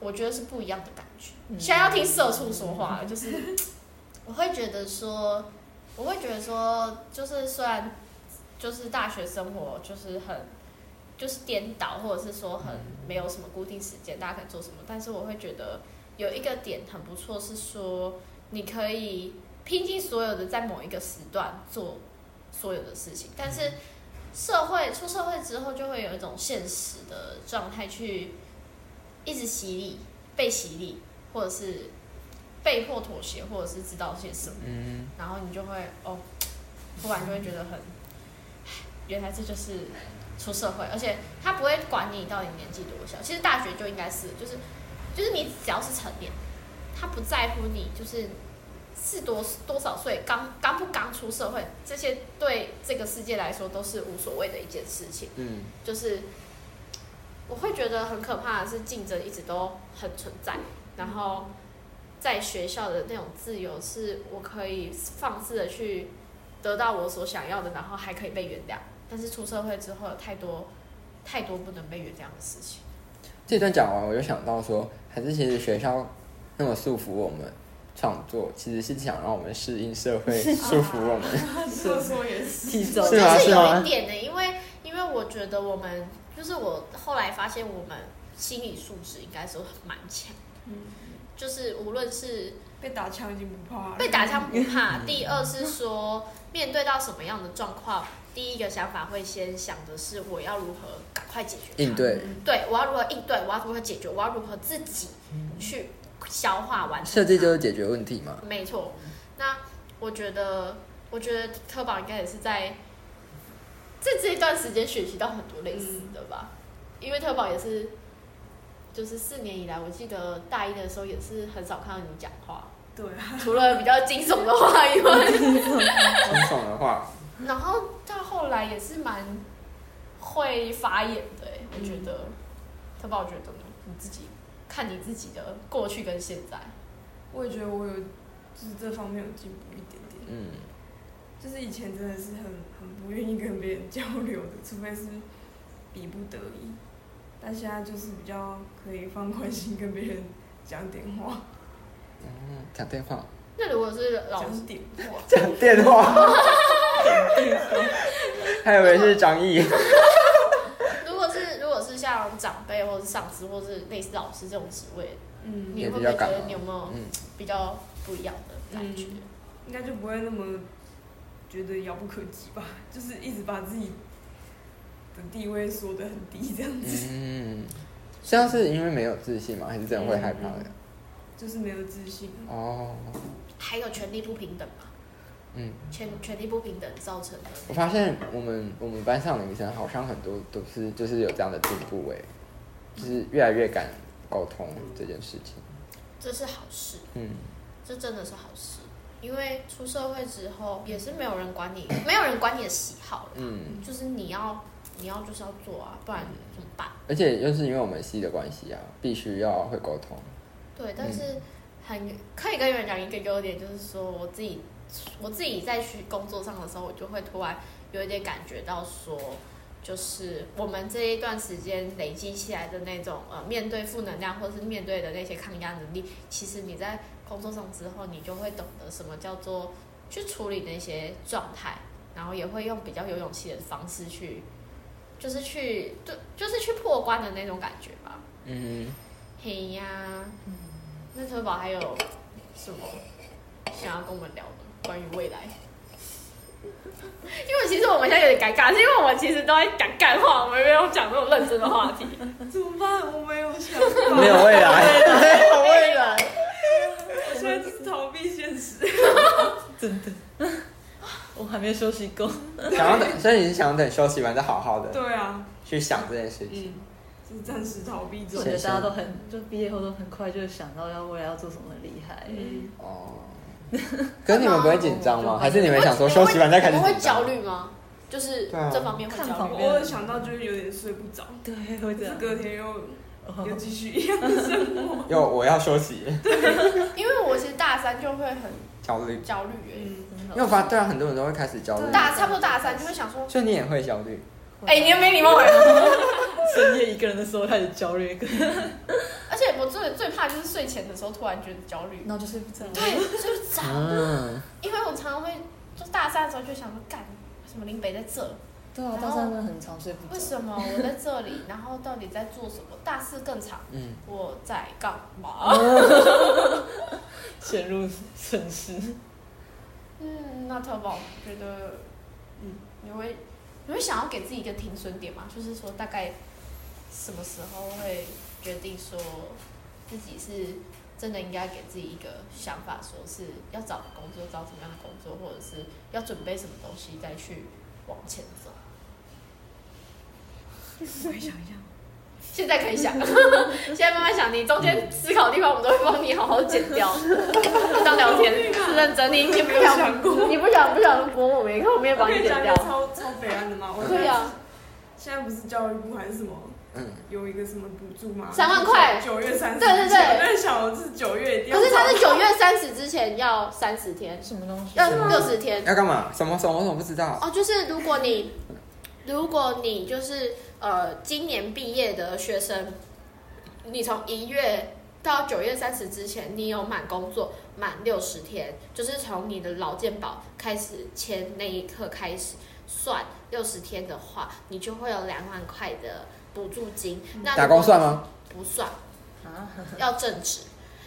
Speaker 1: 我觉得是不一样的感觉。
Speaker 3: 嗯
Speaker 1: 现在要听社畜说话了，就是 我会觉得说，我会觉得说，就是虽然就是大学生活就是很就是颠倒，或者是说很没有什么固定时间，大家可以做什么。但是我会觉得有一个点很不错，是说你可以拼尽所有的在某一个时段做所有的事情，但是社会出社会之后，就会有一种现实的状态去一直洗礼、被洗礼，或者是被迫妥协，或者是知道些什么。
Speaker 2: 嗯，
Speaker 1: 然后你就会哦，突然就会觉得很，唉原来这就是出社会，而且他不会管你到底年纪多小。其实大学就应该是，就是就是你只要是成年，他不在乎你就是是多多少岁，刚刚不刚出社会，这些对这个世界来说都是无所谓的一件事情。
Speaker 2: 嗯，
Speaker 1: 就是我会觉得很可怕的是竞争一直都很存在，然后在学校的那种自由是我可以放肆的去得到我所想要的，然后还可以被原谅。但是出社会之后，有太多太多不能被原谅的事情。
Speaker 2: 这段讲完，我就想到说，还是其实学校那么束缚我们创作，其实是想让我们适应社会，束缚我们。
Speaker 4: 这么说也是。
Speaker 3: 提
Speaker 1: 我
Speaker 3: 早
Speaker 1: 觉
Speaker 2: 是吗
Speaker 1: 得是
Speaker 2: 是吗
Speaker 1: 有一点的、因为因为我觉得我们就是我后来发现我们心理素质应该是蛮强，就是无论是
Speaker 4: 嗯被打枪已经不怕了。
Speaker 1: 被打枪不怕。第二是说，面对到什么样的状况，第一个想法会先想的是我要如何赶快解决它
Speaker 2: 应对
Speaker 4: 嗯
Speaker 1: 对我要如何应对，我要如何解决，我要如何自己去消化完成它。
Speaker 2: 设计就是解决问题嘛。
Speaker 1: 没错。那我觉得，我觉得科宝应该也是在在这一段时间学习到很多类似的吧，
Speaker 2: 嗯
Speaker 1: 因为特宝也是，就是四年以来，我记得大一的时候也是很少看到你讲话，
Speaker 4: 对啊，
Speaker 1: 除了比较惊悚的话以外。
Speaker 2: 惊悚的话，
Speaker 1: 然后到后来也是蛮会发言的、欸，我觉得。特宝觉得呢，你自己看你自己的过去跟现在，
Speaker 4: 我也觉得我有，就是这方面有进步一点点。
Speaker 2: 嗯，
Speaker 4: 就是以前真的是很很不愿意跟别人交流的，除非是逼不得已。但现在就是比较可以放宽心跟别人讲点话，
Speaker 2: 嗯讲电话，
Speaker 1: 那如果是老师
Speaker 4: 讲点话。
Speaker 2: 讲电话， 还以为是张毅。
Speaker 1: 如果是如果是像长辈或是上司或是类似老师这种职位，
Speaker 4: 嗯，
Speaker 1: 你
Speaker 2: 也
Speaker 1: 会
Speaker 2: 比
Speaker 1: 不会
Speaker 2: 较
Speaker 1: 觉
Speaker 2: 感
Speaker 1: 得
Speaker 2: 冒
Speaker 1: 你有没有
Speaker 2: 嗯，
Speaker 1: 比较不一样的感觉？
Speaker 4: 应该就不会那么觉得遥不可及吧？就是一直把自己的地位缩得很低，这样子，
Speaker 2: 嗯，像是因为没有自信嘛，还是真的会害怕的？
Speaker 4: 嗯就是没有自信。啊
Speaker 2: 哦，
Speaker 1: 还有权力不平等嘛？
Speaker 2: 嗯，
Speaker 1: 权权力不平等造成的，
Speaker 2: 我发现我们我们班上的女生好像很多都是就是有这样的进步诶，就是越来越敢沟通这件事情。
Speaker 1: 这是好事。
Speaker 2: 嗯，
Speaker 1: 这真的是好事，因为出社会之后也是没有人管你，没有人管你的喜好了，
Speaker 2: 嗯，
Speaker 1: 就是你要你要就是要做啊，不然怎么办？
Speaker 2: 而且又是因为我们系的关系啊，必须要会沟通。
Speaker 1: 对，但是很可以跟你们讲一个优点，就是说我自己我自己在去工作上的时候，我就会突然有一点感觉到说，就是我们这一段时间累积起来的那种呃，面对负能量或是面对的那些抗压能力，其实你在工作上之后，你就会懂得什么叫做去处理那些状态，然后也会用比较有勇气的方式去，就是去就就是去破关的那种感觉吧。
Speaker 2: 嗯，
Speaker 1: 嘿呀，
Speaker 3: 嗯
Speaker 1: 那特宝还有什么想要跟我们聊的关于未 来？因为其实我们现在有点尴尬，是因为我们其实都在讲干话，我们没有讲那种认真的话 题。
Speaker 4: 怎么办？我没有想法，
Speaker 2: 没有未来，没 有未来。
Speaker 4: 我现在就是逃避现实。
Speaker 3: 真的， 我还没休息够。
Speaker 2: 想要等，所以你是想等休息完再好好的
Speaker 4: 对啊，
Speaker 2: 去想这件事情。
Speaker 4: 嗯，就是暂时逃避
Speaker 3: 我
Speaker 4: 中
Speaker 3: 觉。
Speaker 2: 是
Speaker 3: 得大家都很，就毕业后都很快就想到要未来要做什么，很厉害。
Speaker 4: 嗯，
Speaker 2: 哦，可是你们不会紧张吗？还是你们想说
Speaker 1: 你们
Speaker 2: 休
Speaker 1: 会
Speaker 2: 息完再开始？
Speaker 1: 你们会焦。虑吗？就是
Speaker 2: 对啊
Speaker 1: 这方面会焦
Speaker 3: 看
Speaker 1: 虑
Speaker 3: 房。
Speaker 4: 我偶尔想到就是有点睡不着，
Speaker 1: 啊
Speaker 3: 对，会这
Speaker 4: 可是
Speaker 3: 样。
Speaker 4: 隔天又
Speaker 3: 哦
Speaker 4: 又继续一样 的生活。
Speaker 2: 又我要休息，
Speaker 1: 因为我其实大三就会很
Speaker 2: 焦虑。
Speaker 1: 焦虑耶、
Speaker 4: 嗯，
Speaker 2: 因
Speaker 3: 真好
Speaker 2: 为我发对啊，很多人都会开始
Speaker 3: 嗯
Speaker 2: 焦虑，
Speaker 1: 大差不多大三就会想说，
Speaker 2: 啊所以你也会焦虑。
Speaker 1: 哎、你又没礼貌 人。
Speaker 3: 深夜一个人的时候开始焦虑，
Speaker 1: 而且我最最怕就是睡前的时候突然觉得焦虑。
Speaker 3: 然后就睡不着。
Speaker 1: 对，睡不着。
Speaker 2: 嗯，
Speaker 1: 因为我常常会，就大三的时候就想说，干，为什么林北在这？
Speaker 3: 对啊，
Speaker 1: 然后
Speaker 3: 大三真的很长，睡不
Speaker 1: 为
Speaker 3: 着。
Speaker 1: 什么我在这里，然后到底在做什么？大四更长，
Speaker 2: 嗯，
Speaker 1: 我在干嘛？
Speaker 3: 陷入沉思。
Speaker 1: 嗯，那特宝觉得，嗯，你会你会想要给自己一个停损点吗？就是说大概什么时候会决定说自己是真的应该给自己一个想法，说是要找工作，找什么样的工作，或者是要准备什么东西再去往前走。我想一下。现在可以想， 现在慢慢想。你中间思考的地方，我们都会帮你好好剪掉。当聊天是认真，你你不
Speaker 4: 有
Speaker 1: 想
Speaker 4: 想过
Speaker 1: 你不想不想播我没看，我们也
Speaker 4: 我
Speaker 1: 帮
Speaker 4: 可
Speaker 1: 你
Speaker 4: 以
Speaker 1: 剪
Speaker 4: 讲一
Speaker 1: 掉
Speaker 4: 个。超超北岸的吗？我
Speaker 1: 对啊，
Speaker 4: 现在不是教育部还是什么
Speaker 2: 嗯，
Speaker 4: 有一个什么补助吗？
Speaker 1: 三万块
Speaker 4: 九月三十。
Speaker 1: 对对对
Speaker 4: 但是想我是九月一定要。
Speaker 1: 可是他是九月三十之前要三十天，
Speaker 3: 什么东西？
Speaker 1: 要
Speaker 2: 是吗
Speaker 1: 六十天。
Speaker 2: 要干嘛？什么什么我不知道？
Speaker 1: 哦，就是如果你如果你就是呃今年毕业的学生，你从一月到九月三十之前，你有满工作满六十天，就是从你的劳健保开始签那一刻开始算六十天的话，你就会有两万块的补助金。那
Speaker 2: 打工算吗？
Speaker 1: 不算？
Speaker 3: 啊，
Speaker 1: 要正职，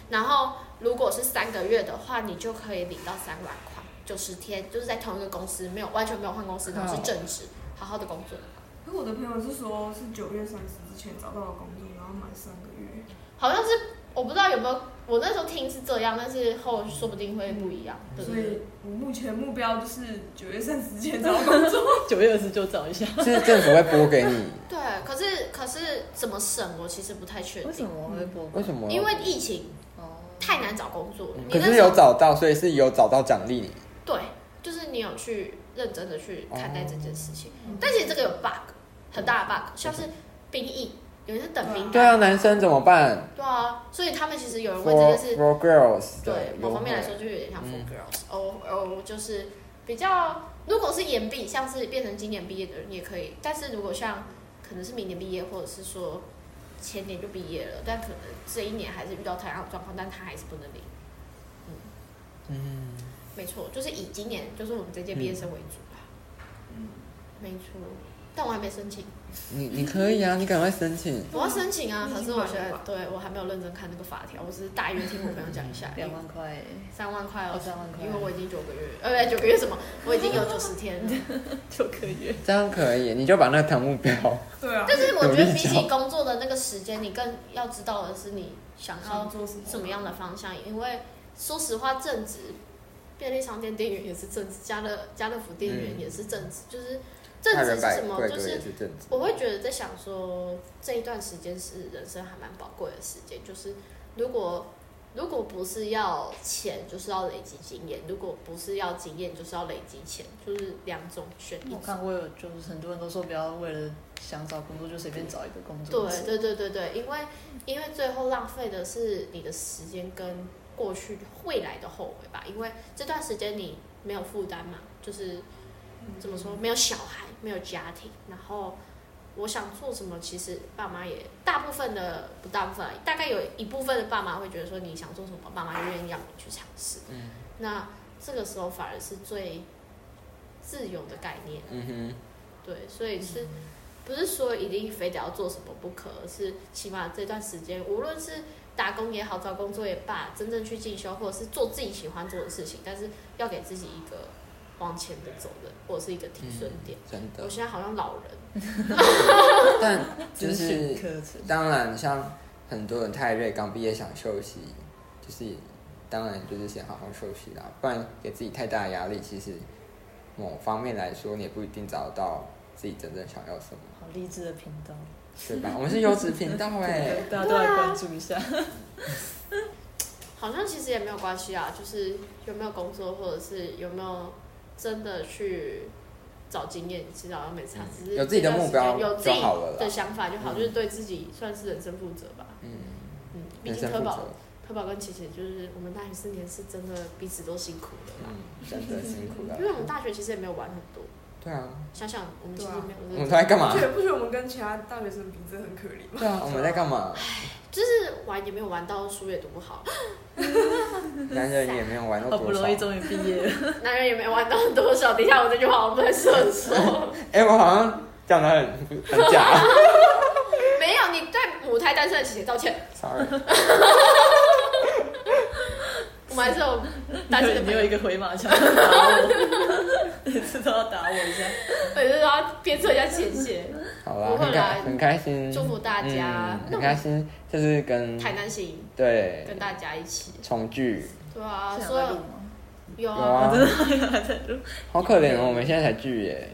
Speaker 1: 然后如果是三个月的话，你就可以领到三万块，九十天就是在同一个公司，没有完全没有换公司，然后
Speaker 2: 嗯
Speaker 1: 是正职，好好的工作，
Speaker 4: 可是我的朋友是说，是九月三十之前找到了工作，然后满三个月。
Speaker 1: 好像是我不知道有没有，我那时候听是这样，但是后续说不定会不一样，
Speaker 2: 嗯
Speaker 1: 对不
Speaker 4: 所
Speaker 1: 对？
Speaker 4: 以我目前目标就是九月三十之前找到工作。
Speaker 3: 九月二十九找一下。
Speaker 2: 是政府会拨给你？
Speaker 1: 对，可是可是怎么审我其实不太确
Speaker 3: 为什
Speaker 1: 定，
Speaker 3: 么会播？
Speaker 2: 为什么？嗯
Speaker 1: 因为疫情
Speaker 3: 哦，。
Speaker 1: 嗯太难找工作了，你
Speaker 2: 可
Speaker 1: 那
Speaker 2: 是
Speaker 1: 时候
Speaker 2: 有找到，所以是有找到奖励你。
Speaker 1: 对，就是你有去认真的去看待这件事情，
Speaker 2: 哦
Speaker 1: 但其实这个有 bug，很大的 bug，像是兵役，有人是等兵
Speaker 2: 对啊，男生怎么办
Speaker 1: 对啊，所以他们其实有人问这
Speaker 2: ？For
Speaker 1: 件事，
Speaker 2: for girls
Speaker 1: 对
Speaker 2: 的
Speaker 1: 某方面来
Speaker 2: 优惠
Speaker 1: 说就有点像 for
Speaker 2: 嗯
Speaker 1: girls，哦哦，就是比较，如果是延毕，像是变成今年毕业的人也可以，但是如果像可能是明年毕业，或者是说前年就毕业了，但可能这一年还是遇到同样的状况，但他还是不能领。嗯，
Speaker 2: 嗯，
Speaker 1: 没错，就是以今年就是我们这届毕业生为主吧。
Speaker 4: 嗯
Speaker 1: 没错，但我还没申请，
Speaker 2: 你你可以啊，你赶快申请。
Speaker 1: 我要申请啊，
Speaker 4: 你已
Speaker 1: 可是
Speaker 4: 经
Speaker 1: 我
Speaker 4: 买
Speaker 1: 觉
Speaker 4: 了
Speaker 1: 得
Speaker 4: 吧
Speaker 1: 对我还没有认真看那个法条，我只是大约听我朋友讲一下
Speaker 3: 两万块，
Speaker 1: 三万块哦
Speaker 3: 哦，三万块
Speaker 1: 因为我已经九个月，呃，不九个月什么？我已经有九十天了。
Speaker 3: 九个月。
Speaker 2: 这样可以，你就把那个糖目标，
Speaker 4: 对啊。
Speaker 1: 但是我觉得比起工作的那个时间，你更要知道的是你想
Speaker 3: 嗯
Speaker 1: 要
Speaker 4: 做什么？
Speaker 1: 什么样的方向，因为说实话，正职便利商店店员也是正职，家乐家乐福店员
Speaker 2: 嗯
Speaker 1: 也是正职，就是正
Speaker 2: 大
Speaker 1: 职
Speaker 2: 人
Speaker 1: 是
Speaker 2: 百
Speaker 1: 什么？
Speaker 2: 贵
Speaker 1: 就
Speaker 2: 哥
Speaker 1: 是
Speaker 2: 也是正职。
Speaker 1: 我会觉得在想说，这一段时间是人生还蛮宝贵的时间，就是如果如果不是要钱，就是要累积经验；如果不是要经验，就是要累积钱，就是两种选一
Speaker 3: 我看过有，就是很多人都说不要为了想找工作就随便找一个工作。
Speaker 1: 对对对对对，因为因为最后浪费的是你的时间跟过去未来的后悔吧，因为这段时间你没有负担嘛，就是怎么说没有小孩，没有家庭，然后我想做什么，其实爸妈也大部分的不大部分啊，大概有一部分的爸妈会觉得说你想做什么，爸妈就愿意让你去尝试。
Speaker 2: 嗯
Speaker 1: 那这个时候反而是最自由的概念。
Speaker 2: 嗯哼。
Speaker 1: 对，所以
Speaker 3: 嗯
Speaker 1: 是不是说一定非得要做什么不可？而是起码这段时间，无论是打工也好，找工作也罢，真正去进修或者是做自己喜欢做的事情，但是要给自己一个往前的走的，或者是一个
Speaker 2: 嗯
Speaker 1: 提升点。
Speaker 2: 真
Speaker 1: 我
Speaker 2: 的，
Speaker 1: 现在好像老人，
Speaker 2: 但就
Speaker 3: 资
Speaker 2: 是
Speaker 3: 讯课程。
Speaker 2: 当然，像很多人太累，刚毕业想休息，就是当然就是先好好休息啦，不然给自己太大的压力，其实某方面来说，你也不一定找到自己真正想要什么，
Speaker 3: 好励志的频道，
Speaker 2: 对吧？我们是优质频 道哎、
Speaker 1: 啊
Speaker 3: 大家都来关注一下。
Speaker 1: 好像其实也没有关系啊，就是有没有工作，或者是有没有真的去找经验，其实好像没差，只是
Speaker 2: 有自己的目标
Speaker 1: 这段时间有
Speaker 2: 就好了啦
Speaker 1: 自己的想法就好，
Speaker 2: 嗯
Speaker 1: 就是对自己算是人生负责吧。
Speaker 2: 嗯，
Speaker 1: 嗯，毕
Speaker 2: 人
Speaker 1: 竟
Speaker 2: 生
Speaker 1: 科
Speaker 2: 负
Speaker 1: 宝
Speaker 2: 责，
Speaker 1: 科宝跟琪琪就是我们大学四年是真的彼此都辛苦了啦，
Speaker 2: 嗯，真的辛苦了
Speaker 1: 啊因。为我们大学其实也没有玩很多，
Speaker 2: 对啊，
Speaker 1: 想想我们其实没有
Speaker 2: 我
Speaker 1: 认
Speaker 2: 们
Speaker 1: 真，
Speaker 2: 都在 干嘛
Speaker 4: 不？觉得不觉得我们跟其他大学生比这很可怜吗？
Speaker 2: 对啊，我们在干嘛？
Speaker 1: 就是玩也没有玩到，书也读不好，
Speaker 2: 男人也没有玩到
Speaker 3: 好不
Speaker 2: 多少
Speaker 3: 容。易终于毕业了，
Speaker 1: 男人也没玩到多少。等一下，我这句话我不能说说。
Speaker 2: 哎、我好像讲的很很假
Speaker 1: 没有，你对母胎单身的姐姐道歉。
Speaker 2: ，sorry。
Speaker 1: 我们还是有单
Speaker 3: 但
Speaker 1: 身
Speaker 3: 是
Speaker 1: 的
Speaker 3: 你
Speaker 1: 朋
Speaker 3: 有
Speaker 1: 友
Speaker 3: 一，个回马枪打我，每次都要打我一下。
Speaker 1: 我就是要鞭策一下姐姐。
Speaker 2: 好啦，
Speaker 1: 不会
Speaker 2: 很
Speaker 1: 啦
Speaker 2: 开很开心，
Speaker 1: 祝福大家
Speaker 2: 嗯
Speaker 1: 那我
Speaker 2: 很开心，就是跟
Speaker 1: 台南行
Speaker 2: 对
Speaker 1: 跟大家一起，
Speaker 2: 重聚，
Speaker 1: 对啊，
Speaker 3: 现在
Speaker 1: 所
Speaker 3: 还在录
Speaker 1: 有有
Speaker 3: 吗？
Speaker 2: 有
Speaker 1: 啊，
Speaker 2: 啊
Speaker 3: 我，真的还在录。
Speaker 2: 好可怜哦，我们现在才聚耶，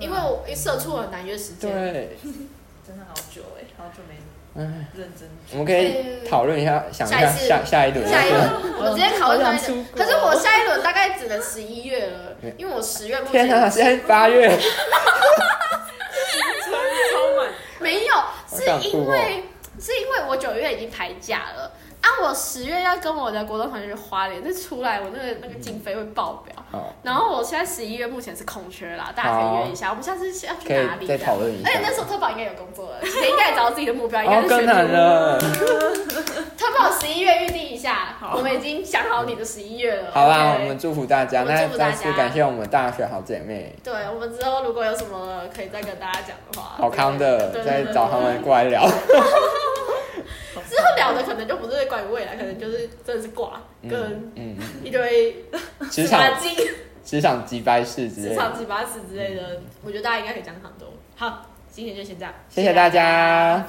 Speaker 1: 因为我一社畜很难约时间。
Speaker 2: 对，
Speaker 3: 真的好久哎、好久没
Speaker 2: 唉，
Speaker 3: 认真。
Speaker 2: 我们可以讨论一下，想一
Speaker 1: 下
Speaker 2: 下
Speaker 1: 一次
Speaker 2: 下下一轮，
Speaker 1: 下一轮
Speaker 2: 对，
Speaker 1: 我直接考虑下一
Speaker 3: 我
Speaker 1: 轮
Speaker 3: 想出。
Speaker 1: 可
Speaker 3: 国
Speaker 1: 是我下一轮大概只能十一月了，因为我十月目
Speaker 2: 天啊哪，
Speaker 1: 前
Speaker 2: 现在八月，
Speaker 4: 超满，
Speaker 1: 没有，是
Speaker 2: 想哦
Speaker 1: 因
Speaker 2: 吐
Speaker 1: 为是因为我九月已经排假了。啊！我十月要跟我的国中同学去花莲，这出来我那个那个经费会爆表。
Speaker 2: 好，
Speaker 1: 然后我现在十一月目前是空缺啦，大家可以约一下。我们下次是要去
Speaker 2: 可
Speaker 1: 哪里
Speaker 2: 以
Speaker 1: 的？
Speaker 2: 再讨论一下
Speaker 1: 而且，那时候特宝应该有工作了，其实应该也找到自己的目标，应该
Speaker 2: 哦
Speaker 1: 是，
Speaker 2: 更
Speaker 1: 学
Speaker 2: 难
Speaker 1: 徒。
Speaker 2: 了，
Speaker 1: 特宝十一月预定一下，我们已经想好你的十一月了。
Speaker 2: 好啦，
Speaker 1: OK
Speaker 2: 我们祝福大家，
Speaker 1: 我们
Speaker 2: 那
Speaker 1: 祝福大
Speaker 2: 再
Speaker 1: 家
Speaker 2: 次感谢我们大学好姐妹，
Speaker 1: 对我们之后如果有什么可以再跟大家讲的话，
Speaker 2: 好康的
Speaker 1: 对，
Speaker 2: 再找他们过来聊，
Speaker 1: 之后聊的可能就不是关于未来，可能就是真的是挂跟
Speaker 2: 嗯嗯，
Speaker 1: 一堆什
Speaker 2: 职场
Speaker 1: 么经
Speaker 2: 职场击败事之
Speaker 1: 职
Speaker 2: 类的
Speaker 1: 场。几把屎之类的，我觉得大家应该可以讲很多。好，今天就先这样，
Speaker 2: 谢谢大。家。